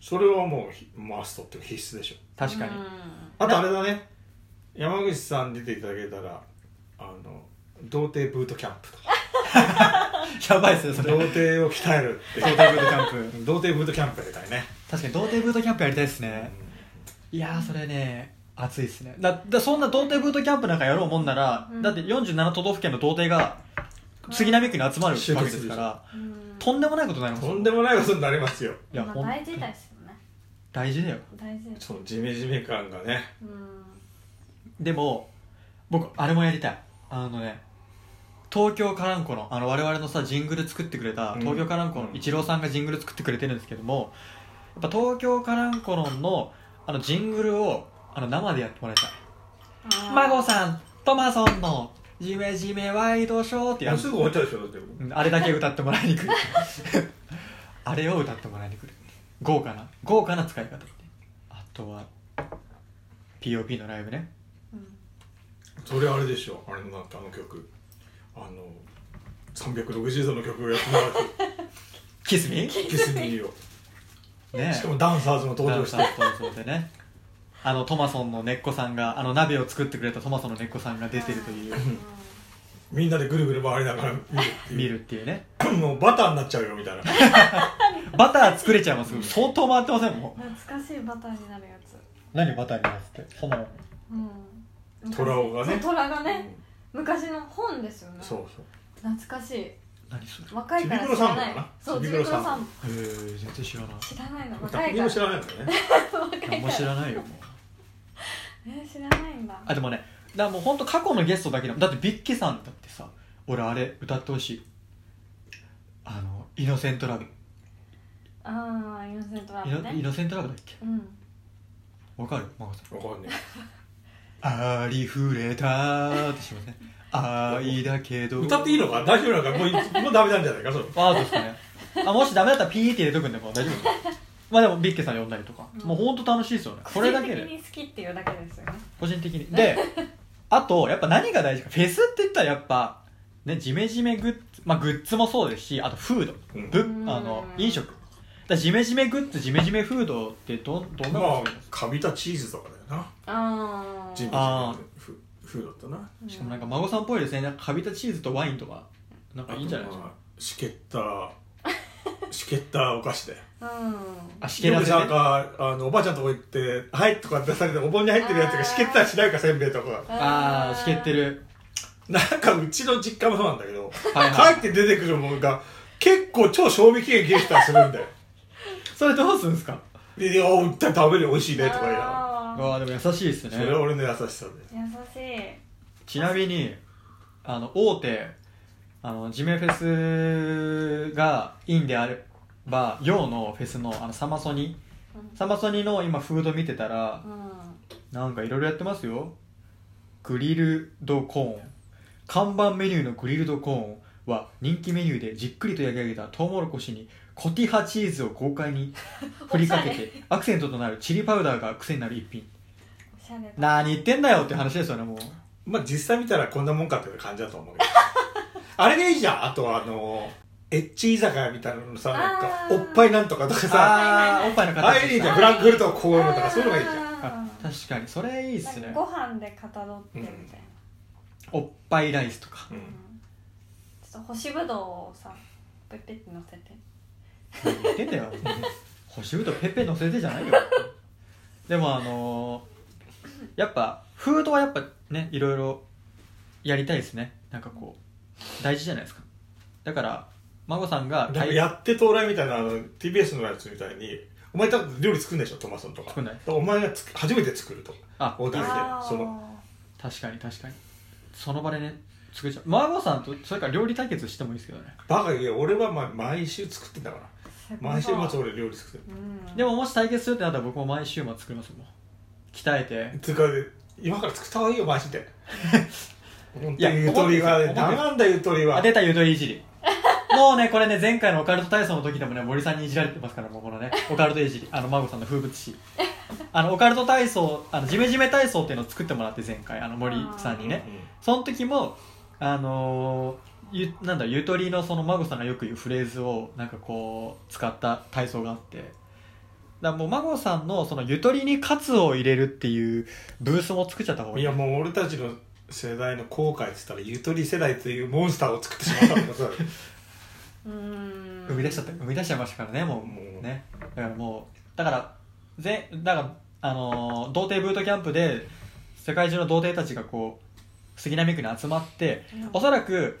Speaker 2: それはもうひマストっていうか必須でしょ
Speaker 1: 確かに、
Speaker 5: うん
Speaker 2: あとあれだね山口さん出ていただけたらあの童貞ブートキャンプとか
Speaker 1: やばいっすねそれ
Speaker 2: 童貞を鍛えるって
Speaker 1: 童
Speaker 2: いう
Speaker 1: 貞ブートキャンプ
Speaker 2: 童貞ブートキャンプやりたいね、
Speaker 1: 確かに童貞ブートキャンプやりたいですね、いやーそれね熱いっすねだだそんな童貞ブートキャンプなんかやろうもんなら、
Speaker 5: うん
Speaker 1: だって47都道府県の童貞が杉並区に集まる
Speaker 2: 集
Speaker 1: わ
Speaker 2: 結
Speaker 1: けですから
Speaker 5: うん
Speaker 1: とんでもないことになります
Speaker 2: とんでもないことになりますよ
Speaker 1: いや
Speaker 5: まあ
Speaker 1: ほん
Speaker 5: 大事ですよね
Speaker 1: 大事だよ
Speaker 5: 大事です
Speaker 2: そのジメジメ感がね
Speaker 5: うん
Speaker 1: でも僕あれもやりたいあのね東京カランコのあの我々のさジングル作ってくれた
Speaker 2: うん
Speaker 1: 東京カランコのイチローさんがジングル作ってくれてるんですけどもやっぱ東京カランコののあのジングルをあの生でやってもらいたい「マゴさんトマソンのジメジメワイドショー」ってや
Speaker 2: もう
Speaker 1: る
Speaker 2: すぐ終わっちゃうでしょでも
Speaker 1: うんあれだけ歌ってもらいに来るあれを歌ってもらいに来る豪華な豪華な使い方あとは POP のライブね
Speaker 5: うん
Speaker 2: それあれでしょあれのなんかあの曲あの360度の曲をやってもらう
Speaker 1: 「キスミ
Speaker 2: とキスミーを
Speaker 1: ね
Speaker 2: しかもダンサーズも登場して
Speaker 1: ダンサー登場でねあのトマソンの根っこさんがあの鍋を作ってくれたトマソンの根っこさんが出てるという
Speaker 2: みんなでぐるぐる回りながら見るっていう
Speaker 1: 見るっていうね
Speaker 2: もうバターになっちゃうよみたいな
Speaker 1: バター作れちゃいますよ相当回ってませんもん
Speaker 5: 懐かしいバターになるやつ
Speaker 1: 何バターになってその
Speaker 5: うん
Speaker 2: 虎をがね
Speaker 5: そう虎がね昔の本ですよね
Speaker 2: そうそう
Speaker 5: 懐かしい
Speaker 1: 何それへ
Speaker 5: 若いから知らないそう
Speaker 2: ち
Speaker 5: ち
Speaker 2: び
Speaker 5: び
Speaker 2: く
Speaker 5: く
Speaker 2: ろ
Speaker 5: ろ
Speaker 2: さん
Speaker 5: さん
Speaker 1: え全然知らない
Speaker 5: 知らないの若
Speaker 2: 何
Speaker 5: いか
Speaker 2: も
Speaker 5: ら
Speaker 2: 知らないんだよね
Speaker 5: [laughs] 若
Speaker 1: 何
Speaker 5: い
Speaker 1: も知
Speaker 5: から
Speaker 1: らないよもう
Speaker 5: えー知らないんだ
Speaker 1: あでもねだからもう本当過去のゲストだけでもだってビッケさんだってさ俺あれ歌ってほしいあのイノセントラブ、
Speaker 5: ああイノセントラ
Speaker 1: イ
Speaker 5: ブ
Speaker 1: ノイ
Speaker 5: ね
Speaker 1: ノセントラブだっけ
Speaker 5: うん
Speaker 1: わかるマコさん
Speaker 2: わかんね
Speaker 1: ありふれたってしません愛だけ
Speaker 2: え
Speaker 1: ど
Speaker 2: 歌っていいのか大丈夫なのかもうもうダメなんじゃないかそれ
Speaker 1: ああそうですかねあもしダメだったらピーって入れとくんでもう大丈夫まあでもビッケさん呼んだりとか、
Speaker 5: うん
Speaker 1: もうほんと楽しいですよねこれだけ
Speaker 5: 個
Speaker 1: で
Speaker 5: 人的に好きっていうだけですよね
Speaker 1: 個人的にであとやっぱ何が大事かフェスって言ったらやっぱねジメジメグッズまあグッズもそうですしあとフード、
Speaker 2: うん
Speaker 1: ぶ
Speaker 5: うん
Speaker 1: あの飲食だからジメジメグッズジメジメフードってどどんな
Speaker 2: ま
Speaker 1: の
Speaker 2: あカビたチーズとかだよな
Speaker 5: あ
Speaker 2: ジン
Speaker 5: あ
Speaker 2: の
Speaker 1: あ
Speaker 2: フフードとな
Speaker 1: しかもなんか孫さんっぽいですねなんかカビたチーズとワインとかなんかいいんじゃないですか
Speaker 2: あとまあしけった [laughs] しけったお菓子で
Speaker 5: うん
Speaker 1: あしけ
Speaker 2: よ
Speaker 1: ら
Speaker 2: く
Speaker 1: せ、
Speaker 2: な
Speaker 1: ね
Speaker 2: ん、かあのおばあちゃんとこ行って「はい」とか出されてお盆に入ってるやつがしけったりしないかせんべいとか
Speaker 1: ああしけってる
Speaker 2: なんかうちの実家もそうなんだけ [laughs] ど
Speaker 1: はいはい
Speaker 2: 帰って出てくるものが結構超賞味期限切れてたりするんだよ
Speaker 1: それどうするんですか
Speaker 2: で「いやおった食べる美味しいね」とか言いなが
Speaker 5: あー
Speaker 1: ああでも優しいですね
Speaker 2: らそれは俺の優しさで
Speaker 5: 優しい
Speaker 1: ちなみにあの大手あのジメフェスがいいんであれば洋のフェスのあのサマソニ
Speaker 5: うん
Speaker 1: サマソニの今フード見てたら
Speaker 5: うん
Speaker 1: なんかいろいろやってますよグリルドコーン看板メニューのグリルドコーンは人気メニューでじっくりと焼き上げたトウモロコシにコティハチーズを豪快
Speaker 2: [laughs]
Speaker 1: に振りかけ
Speaker 5: おしゃ
Speaker 1: てアクセントとなるチリパウダーが癖になる一品
Speaker 5: おしゃれだ
Speaker 1: 何言ってんだよって話ですよね
Speaker 2: [laughs]
Speaker 1: もう
Speaker 2: まあ実際見たらこんなもんかっていう感じだと思う
Speaker 1: [laughs]
Speaker 2: けどあれがいいじゃんあとはあのエッチ居酒屋みたいなのさなんか
Speaker 5: あ
Speaker 2: お
Speaker 5: ー
Speaker 2: っぱいなんとかとかさ
Speaker 1: あーおっぱいの
Speaker 2: あ
Speaker 1: 形
Speaker 2: れいいじゃん
Speaker 5: あー
Speaker 2: フランクフルトをこういうのとかそういうのがいいじゃん
Speaker 5: ゃ
Speaker 1: あ確かにそれいいっすね
Speaker 5: ご飯でかたどってみたいな、
Speaker 2: うん
Speaker 5: ち
Speaker 1: おっぱいライスとか
Speaker 2: うん
Speaker 5: ょっと干しぶどうをさペッペって乗せて
Speaker 1: 何言ってんだよ星ぶとペペ乗せてじゃないよでもあのーやっぱフードはやっぱねいろいろやりたいですねなんかこう大事じゃないですかだから孫さんが
Speaker 2: でもやって到来みたいなあの TBS のやつみたいにお前多分料理作んないでしょトマソンとか
Speaker 1: 作んない
Speaker 2: だからお前がつく初めて作ると
Speaker 1: あ
Speaker 2: オーダー
Speaker 5: あ
Speaker 2: で
Speaker 5: ー
Speaker 2: その
Speaker 1: 確かに確かにその場でね作っちゃう孫さんとそれから料理対決してもいいですけどね
Speaker 2: バカいや俺はまあ毎週作ってんだから
Speaker 5: すごい
Speaker 2: 毎週末俺料理作ってる
Speaker 5: うん
Speaker 1: でももし対決するってなったら僕も毎週末作りますもん鍛えて
Speaker 2: つうか今から作った方がいいよマジで本
Speaker 1: [laughs] い
Speaker 2: 当
Speaker 1: や
Speaker 2: にゆとりが
Speaker 1: 思
Speaker 2: ね
Speaker 1: ってます
Speaker 2: 何なんだゆとり
Speaker 1: あ
Speaker 2: は
Speaker 1: 出たゆとりいじり [laughs] もうねこれね前回のオカルト体操の時でもね森さんにいじられてますからもうこのねオカルトいじりあの孫さんの風物詩あのオカルト体操あのジメジメ体操っていうのを作ってもらって前回あの森さんにねその時もあのーゆなんだゆとりのその孫さんがよく言うフレーズをなんかこう使った体操があってだからもう孫さんのそのゆとりにカツを入れるっていうブースも作っちゃった方
Speaker 2: う
Speaker 1: が
Speaker 2: ん
Speaker 1: い
Speaker 2: い
Speaker 1: い
Speaker 2: やもう俺たちの世代の後悔っつったらゆとり世代というモンスターを作ってしまったんだから
Speaker 5: うん
Speaker 1: 生み出しちゃった生み出しちゃいましたからねもう
Speaker 2: もう
Speaker 1: ねだからもうだからぜだからあのー童貞ブートキャンプで世界中の童貞たちがこう杉並区に集まって
Speaker 5: うん
Speaker 1: おそらく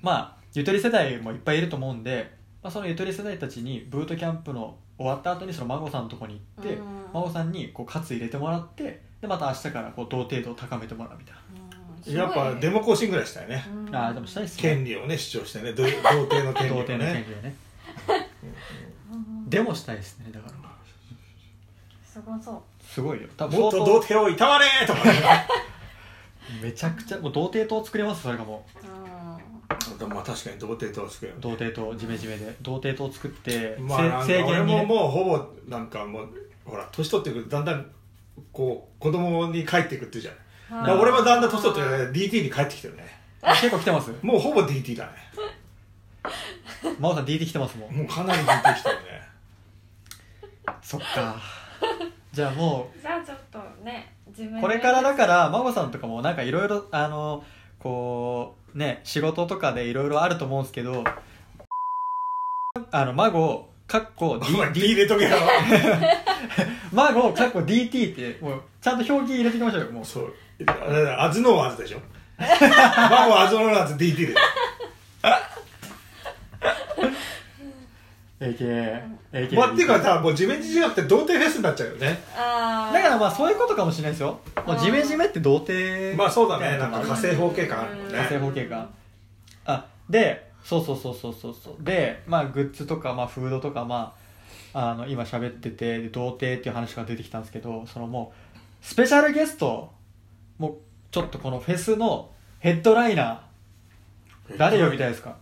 Speaker 1: まあゆとり世代もいっぱいいると思うんで、まあ、そのゆとり世代たちにブートキャンプの終わった後にその孫さんのとこに行って、
Speaker 5: うん
Speaker 1: 孫さんにこうカツ入れてもらってでまた明日からこう童貞度を高めてもらうみたいな
Speaker 5: うんすごいね
Speaker 2: やっぱデモ行進ぐらいしたいね
Speaker 5: うん
Speaker 1: ああでもしたいっすね
Speaker 2: 権利をね主張したいね
Speaker 1: [laughs]
Speaker 2: ど童貞の権利
Speaker 1: 童貞
Speaker 2: を
Speaker 1: の権
Speaker 2: ね
Speaker 1: 利をね
Speaker 5: うん
Speaker 1: デモしたいですねだから
Speaker 5: すごそう
Speaker 1: すごいよ多分
Speaker 2: もっと童貞をいたわれとかね [laughs]
Speaker 1: めちゃくちゃもう童貞党作れますそれかも
Speaker 5: うん
Speaker 2: まあ確かに童貞とは作るよね
Speaker 1: 童貞党ジメジメで童貞党作って、
Speaker 2: まあなんか
Speaker 1: せ制
Speaker 2: 俺
Speaker 1: 限に
Speaker 2: も
Speaker 1: ね
Speaker 2: もうほぼなんかもうほら年取ってくるとだんだんこう子供に帰っていくっていうじゃんだから俺もだんだん年取って
Speaker 5: あー
Speaker 2: DT に帰ってきてるね
Speaker 1: あ結構来てます
Speaker 2: もうほぼ DT だね
Speaker 1: 真央さん DT 来てますもん
Speaker 2: もうかなり DT 来てるね
Speaker 1: そっかじゃあも
Speaker 5: じゃあちょっとね自分
Speaker 1: う
Speaker 5: で
Speaker 1: これからだから真央さんとかもなんかいろいろあのこうね仕事とかでいろいろあると思うんですけどあの孫かっこ [laughs]
Speaker 2: お
Speaker 1: D
Speaker 2: 前 D 入れとけよ
Speaker 1: 孫かっこ DT ってもうちゃんと表記入れていきましょうよもう
Speaker 2: そうあれだアズノーアズでしょマモアズノーアズ DT [laughs] で
Speaker 1: AK、AK
Speaker 2: まあっていうかさもう地面自違って童貞フェスになっちゃうよね
Speaker 5: あー
Speaker 1: だからまあそういうことかもしれないですよもうジメジメって童貞
Speaker 2: まあそうだねなんか火星方形感あるもんね
Speaker 1: 男性包茎があでそうそうそうそうそうそうでまあグッズとか、まあ、フードとかまああの今喋っててで童貞っていう話が出てきたんですけどそのもうスペシャルゲストもうちょっとこのフェスのヘッドライナー誰呼びたいですか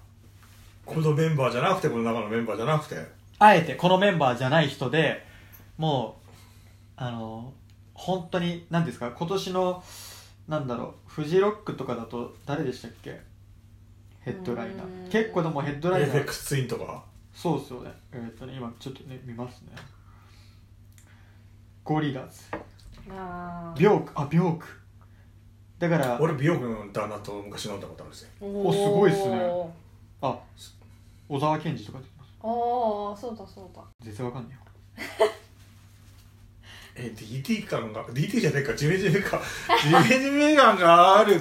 Speaker 2: このメンバーじゃなくてこの中のメンバーじゃなくて
Speaker 1: あえてこのメンバーじゃない人でもうあの本当に何ですか今年のなんだろうフジロックとかだと誰でしたっけヘッドライナ
Speaker 5: う
Speaker 1: ー
Speaker 5: ーん
Speaker 1: 結構でもヘッドライナー
Speaker 2: FX ツインとか
Speaker 1: そうっすよねえーっとね今ちょっとね見ますねゴリラズ
Speaker 5: あー
Speaker 1: ビョークあビョークだから
Speaker 2: 俺美容部の旦那と昔飲んだことあるんですよ
Speaker 5: お
Speaker 1: おすごいっすね
Speaker 5: お
Speaker 1: あ小沢健二とか出てます
Speaker 5: ーおーそうだそうだ
Speaker 1: 絶対わかんないよ
Speaker 2: え DT 感が DT じゃねえかジメジメかジメジメ感がある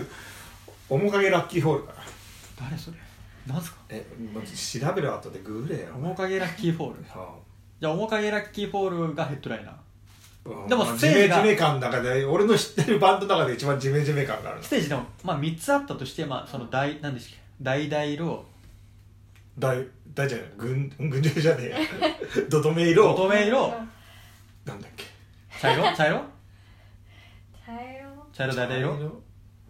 Speaker 2: 面影ラッキーホールかな
Speaker 1: 誰それなんすか
Speaker 2: えもう調べる後でグーレーよ
Speaker 1: 面影ラッキーフォールじゃあ面影ラッキーフォールがヘッドライナー
Speaker 2: うん
Speaker 1: でも
Speaker 2: まあ
Speaker 1: ステ
Speaker 2: ジ
Speaker 1: ージ
Speaker 2: メ
Speaker 1: が
Speaker 2: ジメ感の中で俺の知ってるバンドの中で一番ジメジメ感があるな
Speaker 1: ステージでも、まあ、3つあったとして、まあ、その大何でしたっけ大大色
Speaker 2: 大大じゃない軍軍人じゃねえや [laughs] ドドメ色
Speaker 1: 乙女色
Speaker 2: なんだっけ
Speaker 1: 茶色茶色
Speaker 5: 茶色
Speaker 1: 茶色大大色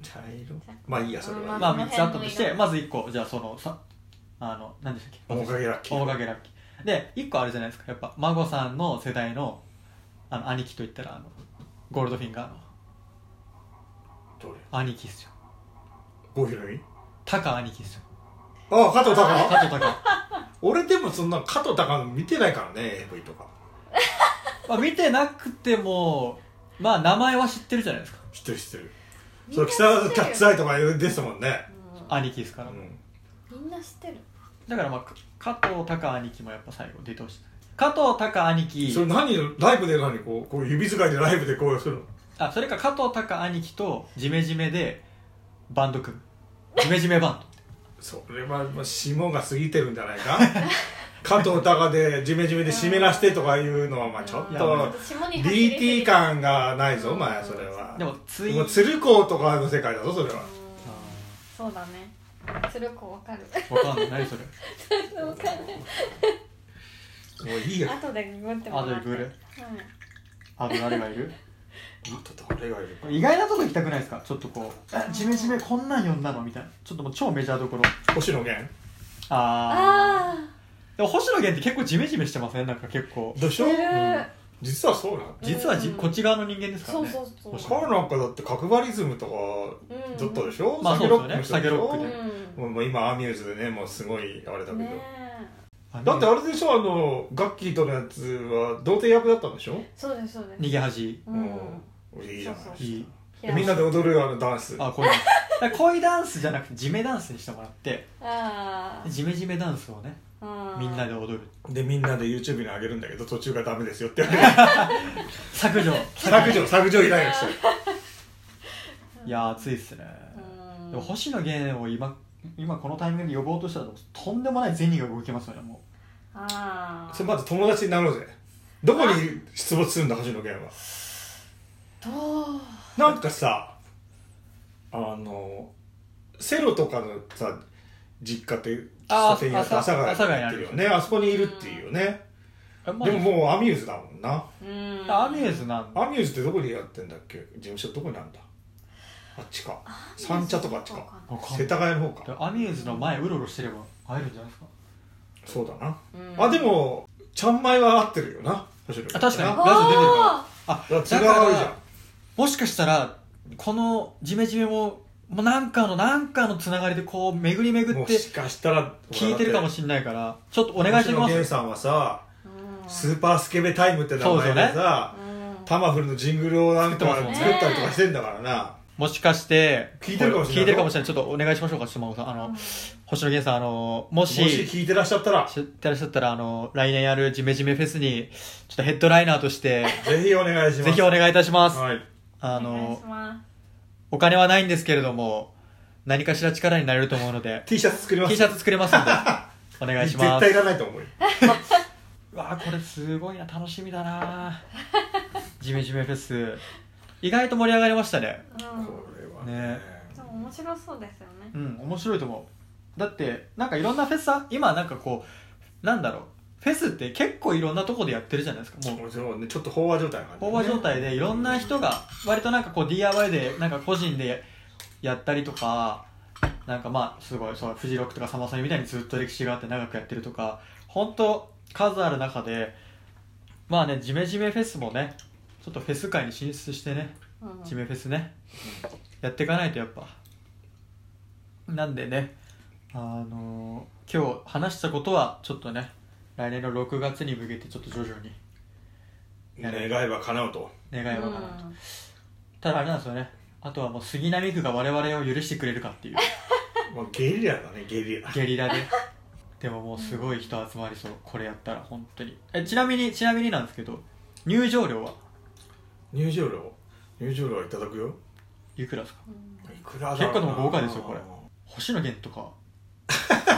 Speaker 2: 茶色まあいいやそれは
Speaker 5: うん
Speaker 1: まあ3つあったとし
Speaker 5: この辺の
Speaker 1: て
Speaker 5: 色
Speaker 1: まず1個じゃあそのさあの何でしたっけ
Speaker 2: 面影ラッキー
Speaker 1: 面影ラッキーで1個あれじゃないですかやっぱ孫さんの世代のあの兄貴といったらあのゴールドフィンガーの
Speaker 2: どれ
Speaker 1: 兄貴っすよ
Speaker 2: 郷ひろみ
Speaker 1: タカ兄貴っすよ
Speaker 2: ああ加藤
Speaker 1: 加
Speaker 2: 隆
Speaker 1: 藤タ
Speaker 5: [laughs]
Speaker 1: カ
Speaker 2: 俺でもそんな加藤隆の見てないからね AV とか
Speaker 1: まあ見てなくてもまあ名前は知ってるじゃないですか
Speaker 2: 知ってる知ってるそう木更津キャッツアイとかですもんね
Speaker 1: 兄貴ですか
Speaker 2: う
Speaker 1: ら
Speaker 2: ん
Speaker 5: みんな知ってる
Speaker 1: だからまあか加藤隆兄貴もやっぱ最後出てほしい加藤隆兄貴
Speaker 2: それ何ライブで何こうこう指使いでライブでこうするの
Speaker 1: あそれか加藤隆兄貴とジメジメでバンド組むジメジメバン
Speaker 2: それはまあ霜が過ぎてるんじゃな
Speaker 1: [laughs]
Speaker 2: いか加藤隆でジメジメで湿らしてとかいうのはまあちょっ
Speaker 5: うん
Speaker 1: いやま
Speaker 2: と
Speaker 1: あ
Speaker 5: 下に走りすぎ
Speaker 2: DT 感がないぞお前それは
Speaker 1: [laughs] ドでもつい
Speaker 2: もう鶴光とかの世界だぞそれは
Speaker 5: うんそうだねそれよくわかる
Speaker 1: わかんない何それ
Speaker 5: わかる
Speaker 2: もういいや
Speaker 5: 後でググっても
Speaker 1: あと
Speaker 5: らって
Speaker 1: グルあと誰がいる
Speaker 2: あと誰がいるか
Speaker 1: 意外なとこ行きたくないですかちょっとこうあジメジメこんなん呼んだのみたいなちょっともう超メジャーどころ
Speaker 2: 星野源
Speaker 1: ああ
Speaker 5: あ
Speaker 1: でも星野源って結構ジメジメしてませんなんか結構
Speaker 2: でし
Speaker 5: ー
Speaker 2: ょ
Speaker 5: いる
Speaker 2: 実はそうなの
Speaker 1: 実はじ
Speaker 5: うん
Speaker 1: こっち側の人間ですから
Speaker 5: そう
Speaker 1: ね
Speaker 5: そうそう
Speaker 1: 星野
Speaker 2: 彼なんかだって角張リズムと
Speaker 5: うん
Speaker 2: かずっとでしょ、
Speaker 1: まあ
Speaker 2: 酒ロックの人
Speaker 1: そうですよね
Speaker 2: しょ
Speaker 1: 酒ロック
Speaker 5: う
Speaker 2: もうもう今アミューズでねもうすごいあれだけど、
Speaker 5: んね
Speaker 1: あ
Speaker 2: だってあれでしょあのガッキーとのやつは童貞役だったんでしょ
Speaker 5: えそうですそうです
Speaker 1: 逃げ恥
Speaker 5: うん
Speaker 2: うんいいじゃない
Speaker 5: そうそう
Speaker 1: いい
Speaker 5: いや
Speaker 2: みんなで踊るあのダンス
Speaker 1: あ恋ダンスだから恋ダンスじゃなくてジメダンスにしてもらって
Speaker 5: あ
Speaker 1: ジメジメダンスをね
Speaker 5: あ
Speaker 1: みんなで踊る
Speaker 2: でみんなで YouTube に上げるんだけど途中がダメですよって言われる
Speaker 1: 削 [laughs] 除
Speaker 2: 削除削除依頼がしてる
Speaker 1: いやー熱いっすね、でも星野源を今今このタイミングで呼ぼうとしたらとんでもない銭が動きますよねも
Speaker 5: ああ
Speaker 2: それまず友達になろうぜどこに出没するんだ星野源は
Speaker 5: どう
Speaker 2: なんかさあのセロとかのさ実家って喫
Speaker 1: あー
Speaker 2: 茶店やって
Speaker 1: あさ
Speaker 2: 阿佐ヶ谷に
Speaker 1: 阿佐ヶ谷にあ
Speaker 2: っ
Speaker 1: る
Speaker 2: てるよねあそこにいるっていうよね、
Speaker 1: えまあ
Speaker 2: でももうアミューズだもんな
Speaker 5: うん
Speaker 1: アミューズなんだ
Speaker 2: アミューズってどこでやってんだっけ事務所どこにあるんだあっちか三茶とかあっちか
Speaker 1: わかんな
Speaker 2: 世
Speaker 1: い
Speaker 2: 田谷の方か
Speaker 1: アミューズの前うろうろしてれば会えるんじゃないですか
Speaker 2: そうだな、
Speaker 5: うん
Speaker 2: あでもちゃんまいは合ってるよな確
Speaker 1: あ確かに
Speaker 5: あー
Speaker 1: ラジオ出てるからあだか
Speaker 2: だから違うあるじゃん
Speaker 1: らもしかしたらこのジメジメももうなんかのなんかのつながりでこう巡り巡っ
Speaker 2: も
Speaker 1: て
Speaker 2: しかしたら
Speaker 1: 聞いてるかも
Speaker 2: し
Speaker 1: しれないからちょっとお願いしてきま
Speaker 2: 星野
Speaker 1: す
Speaker 2: 源さんはさ
Speaker 5: うん
Speaker 2: スーパースケベタイムって名前で
Speaker 1: そうで
Speaker 2: さ
Speaker 5: うん
Speaker 2: タマフルのジングルをなんか
Speaker 1: 作ってます
Speaker 5: ね
Speaker 2: 作ったりとかしてんだからな
Speaker 1: もしかして
Speaker 2: 聞いてるかもしれない
Speaker 1: 聞いてるかもしれないちょっとお願いしましょうか島尾さんあの、星野源さんあのも
Speaker 2: も
Speaker 1: し
Speaker 2: し聞いてらっしゃったら
Speaker 1: 知ってらっしゃったらあの来年やるジメジメフェスにちょっとヘッドライナーと [laughs] して
Speaker 2: ぜひお願いします
Speaker 1: ぜひお願いいたします、
Speaker 2: はい
Speaker 1: あ
Speaker 5: お願い
Speaker 1: の
Speaker 5: しま
Speaker 1: お金はないんですけれども何かしら力になれると思うの [laughs] で
Speaker 2: T シャツ作ります
Speaker 1: T シャツ作れますん [laughs] でお願いします
Speaker 2: 絶対いらないと思うよ
Speaker 1: わあこれすごいな楽しみだ [laughs] なジメジメフェス意外と盛り上がりましたね
Speaker 5: すうん
Speaker 2: これは
Speaker 1: ね
Speaker 5: でも面白そうですよね
Speaker 1: うん面白いと思うだってなんかいろんなフェスさ今なんかこうなんだろうフェスって結構いろんなとこでやってるじゃないですかもう
Speaker 2: もちろんねちょっと飽和状態な感じ
Speaker 1: 飽和状態でいろんな人が割となんかこう DIY でなんか個人でやったりとかなんかまあすごいそうフジロックとかサマソニみたいにずっと歴史があって長くやってるとか本当数ある中でまあねジメジメフェスもねちょっとフェス界に進出してね
Speaker 5: うん
Speaker 1: ジメフェスねやっていかないとやっぱなんでねあのー今日話したことはちょっとね来年の6月に向けてちょっと徐々に
Speaker 2: 願いは叶うと
Speaker 1: 願いは叶うと
Speaker 5: うん
Speaker 1: ただあれなんですよねあとはもう杉並区が我々を許してくれるかって
Speaker 2: [laughs]
Speaker 1: いう
Speaker 2: まあゲリラだねゲリラ
Speaker 1: ゲリラででももうすごい人集まりそうこれやったら本当にえちなみにちなみになんですけど入場料は
Speaker 2: 入場料入場料はいただくよ
Speaker 1: いくらですか
Speaker 5: うん
Speaker 2: いくらだろうな
Speaker 1: 結構でも豪華ですよこれ星野源とか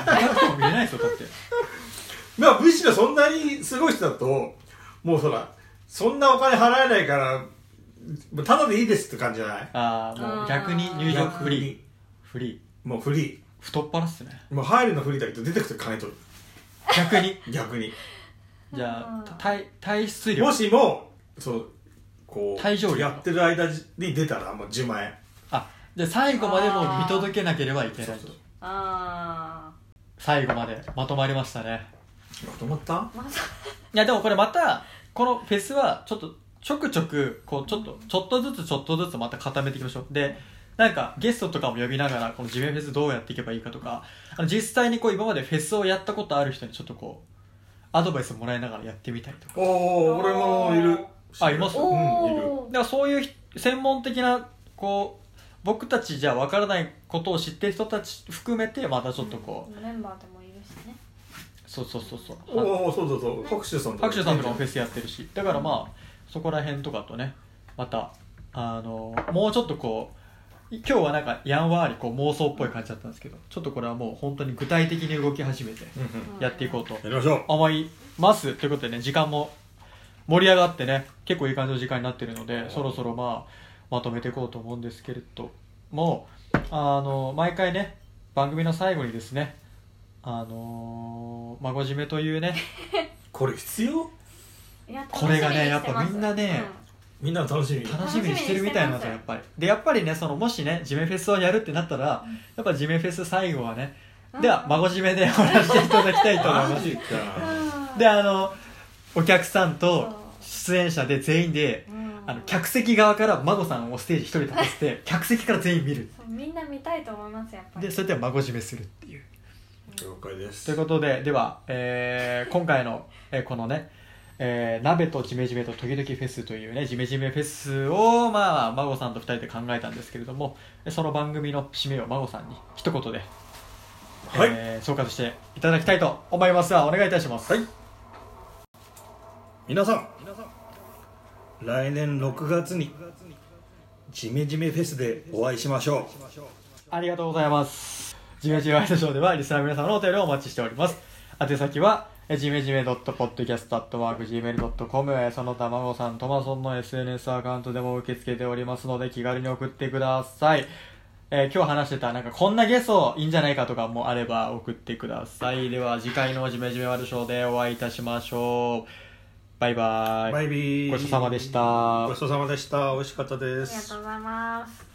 Speaker 1: 高くも見れないですよだって
Speaker 2: まあ、武士のそんなにすごい人だと、もうそら、そんなお金払えないから、もうただでいいですって感じじゃない
Speaker 1: ああもう逆に入場フリーフリー
Speaker 2: もうフリ
Speaker 1: 太っ腹っすね
Speaker 2: ー。もう入るのフリーだけど出てくと金取
Speaker 1: 逆に
Speaker 2: る。逆に。
Speaker 1: じゃ
Speaker 5: うん
Speaker 1: あ体体質量
Speaker 2: もしも、そう、こう、
Speaker 1: 退場料
Speaker 2: やってる間に出たらもう10万円。
Speaker 1: あじゃあ最後までもう見届けなければいけ
Speaker 2: そ
Speaker 1: な
Speaker 2: う
Speaker 1: い
Speaker 2: そう
Speaker 5: あ
Speaker 1: 最後までまとまりましたね
Speaker 2: まとまった
Speaker 5: あまさ
Speaker 1: いやでもこれまたこのフェスはちょっとちょくちょくこうちょっとちょっとずつちょっとずつまた固めていきましょうでなんかゲストとかも呼びながらこの地面フェスどうやっていけばいいかとかあの実際にこう今までフェスをやったことある人にちょっとこうアドバイスもらいながらやってみたりとか
Speaker 2: おお俺もいる。
Speaker 1: あいます
Speaker 2: うん、いる。
Speaker 5: お
Speaker 1: だからそういうひ専門的なこう僕たちじゃわからないことを知ってる人たち含めてまたちょっとこう
Speaker 5: おメンバーでもいるしね
Speaker 1: そうそうそうそうは
Speaker 2: おおそうそうそう。白州さんと
Speaker 1: 白州さんとかもフェ
Speaker 2: ス。
Speaker 1: スやってるしだからまあそこら辺とかとねまたあのもうちょっとこう今日はなんかやんわりこう妄想っぽい感じだったんですけどちょっとこれはもう本当に具体的に動き始めて
Speaker 2: うんうん。
Speaker 1: やっていこうと
Speaker 2: やりましょう。
Speaker 1: 思いますということでね時間も盛り上がってね結構いい感じの時間になってるのでそろそろまあまとめていこうと思うんですけれどもあの毎回ね番組の最後にですねあのー、孫締めというね
Speaker 2: これ必要
Speaker 5: いや
Speaker 1: これがね
Speaker 5: 楽しみにし
Speaker 1: やっ
Speaker 5: てます
Speaker 1: ぱみんなね
Speaker 2: みんなの楽しみ。
Speaker 1: 楽しみにしてるみたいなんですよやっぱりでやっぱりねそのもしねジメフェスをやるってなったらやっぱジメフェス最後はねでは孫締めでお話していただきたいと思います
Speaker 2: か。
Speaker 5: うん
Speaker 1: [laughs] であのお客さん
Speaker 5: そ
Speaker 1: と
Speaker 5: う
Speaker 1: 出演者で全員で
Speaker 5: うん
Speaker 1: あの客席側から孫さんをステージ一人立たせ [laughs] て客席から全員見る
Speaker 5: そうみんな見たいと思いますやっぱり
Speaker 1: でそれでは孫締めするっていう
Speaker 2: 了解です。
Speaker 1: ということででは、えー今回の、えーこのね、えー鍋とジメジメと時々フェスというねジメジメフェスをまあ孫さんと二人で考えたんですけれどもその番組の締めを孫さんに一言で、
Speaker 2: はい。
Speaker 1: えー総括していただきたいと思いますではお願いいたします、
Speaker 2: はい皆さん来年6月にジメジメフェスでお会いしましょ
Speaker 1: ありがとうございます。ジメジメワイドショーではリスナーの皆さんのお便りをお待ちしております。宛先は、えじめじめ .podcast.gmail.com えその他孫さん、トマソンの SNS アカウントでも受け付けておりますので気軽に送ってください。えー今日話してた、なんかこんなゲソいいんじゃないかとかもあれば送ってください。では次回のジメジメワルショーでお会いいたしましょう。バイバイ。
Speaker 2: バイビー
Speaker 1: ごちそうさまでした
Speaker 2: ごちそうさまでした美味しかったで
Speaker 5: りが
Speaker 2: す
Speaker 5: とうございます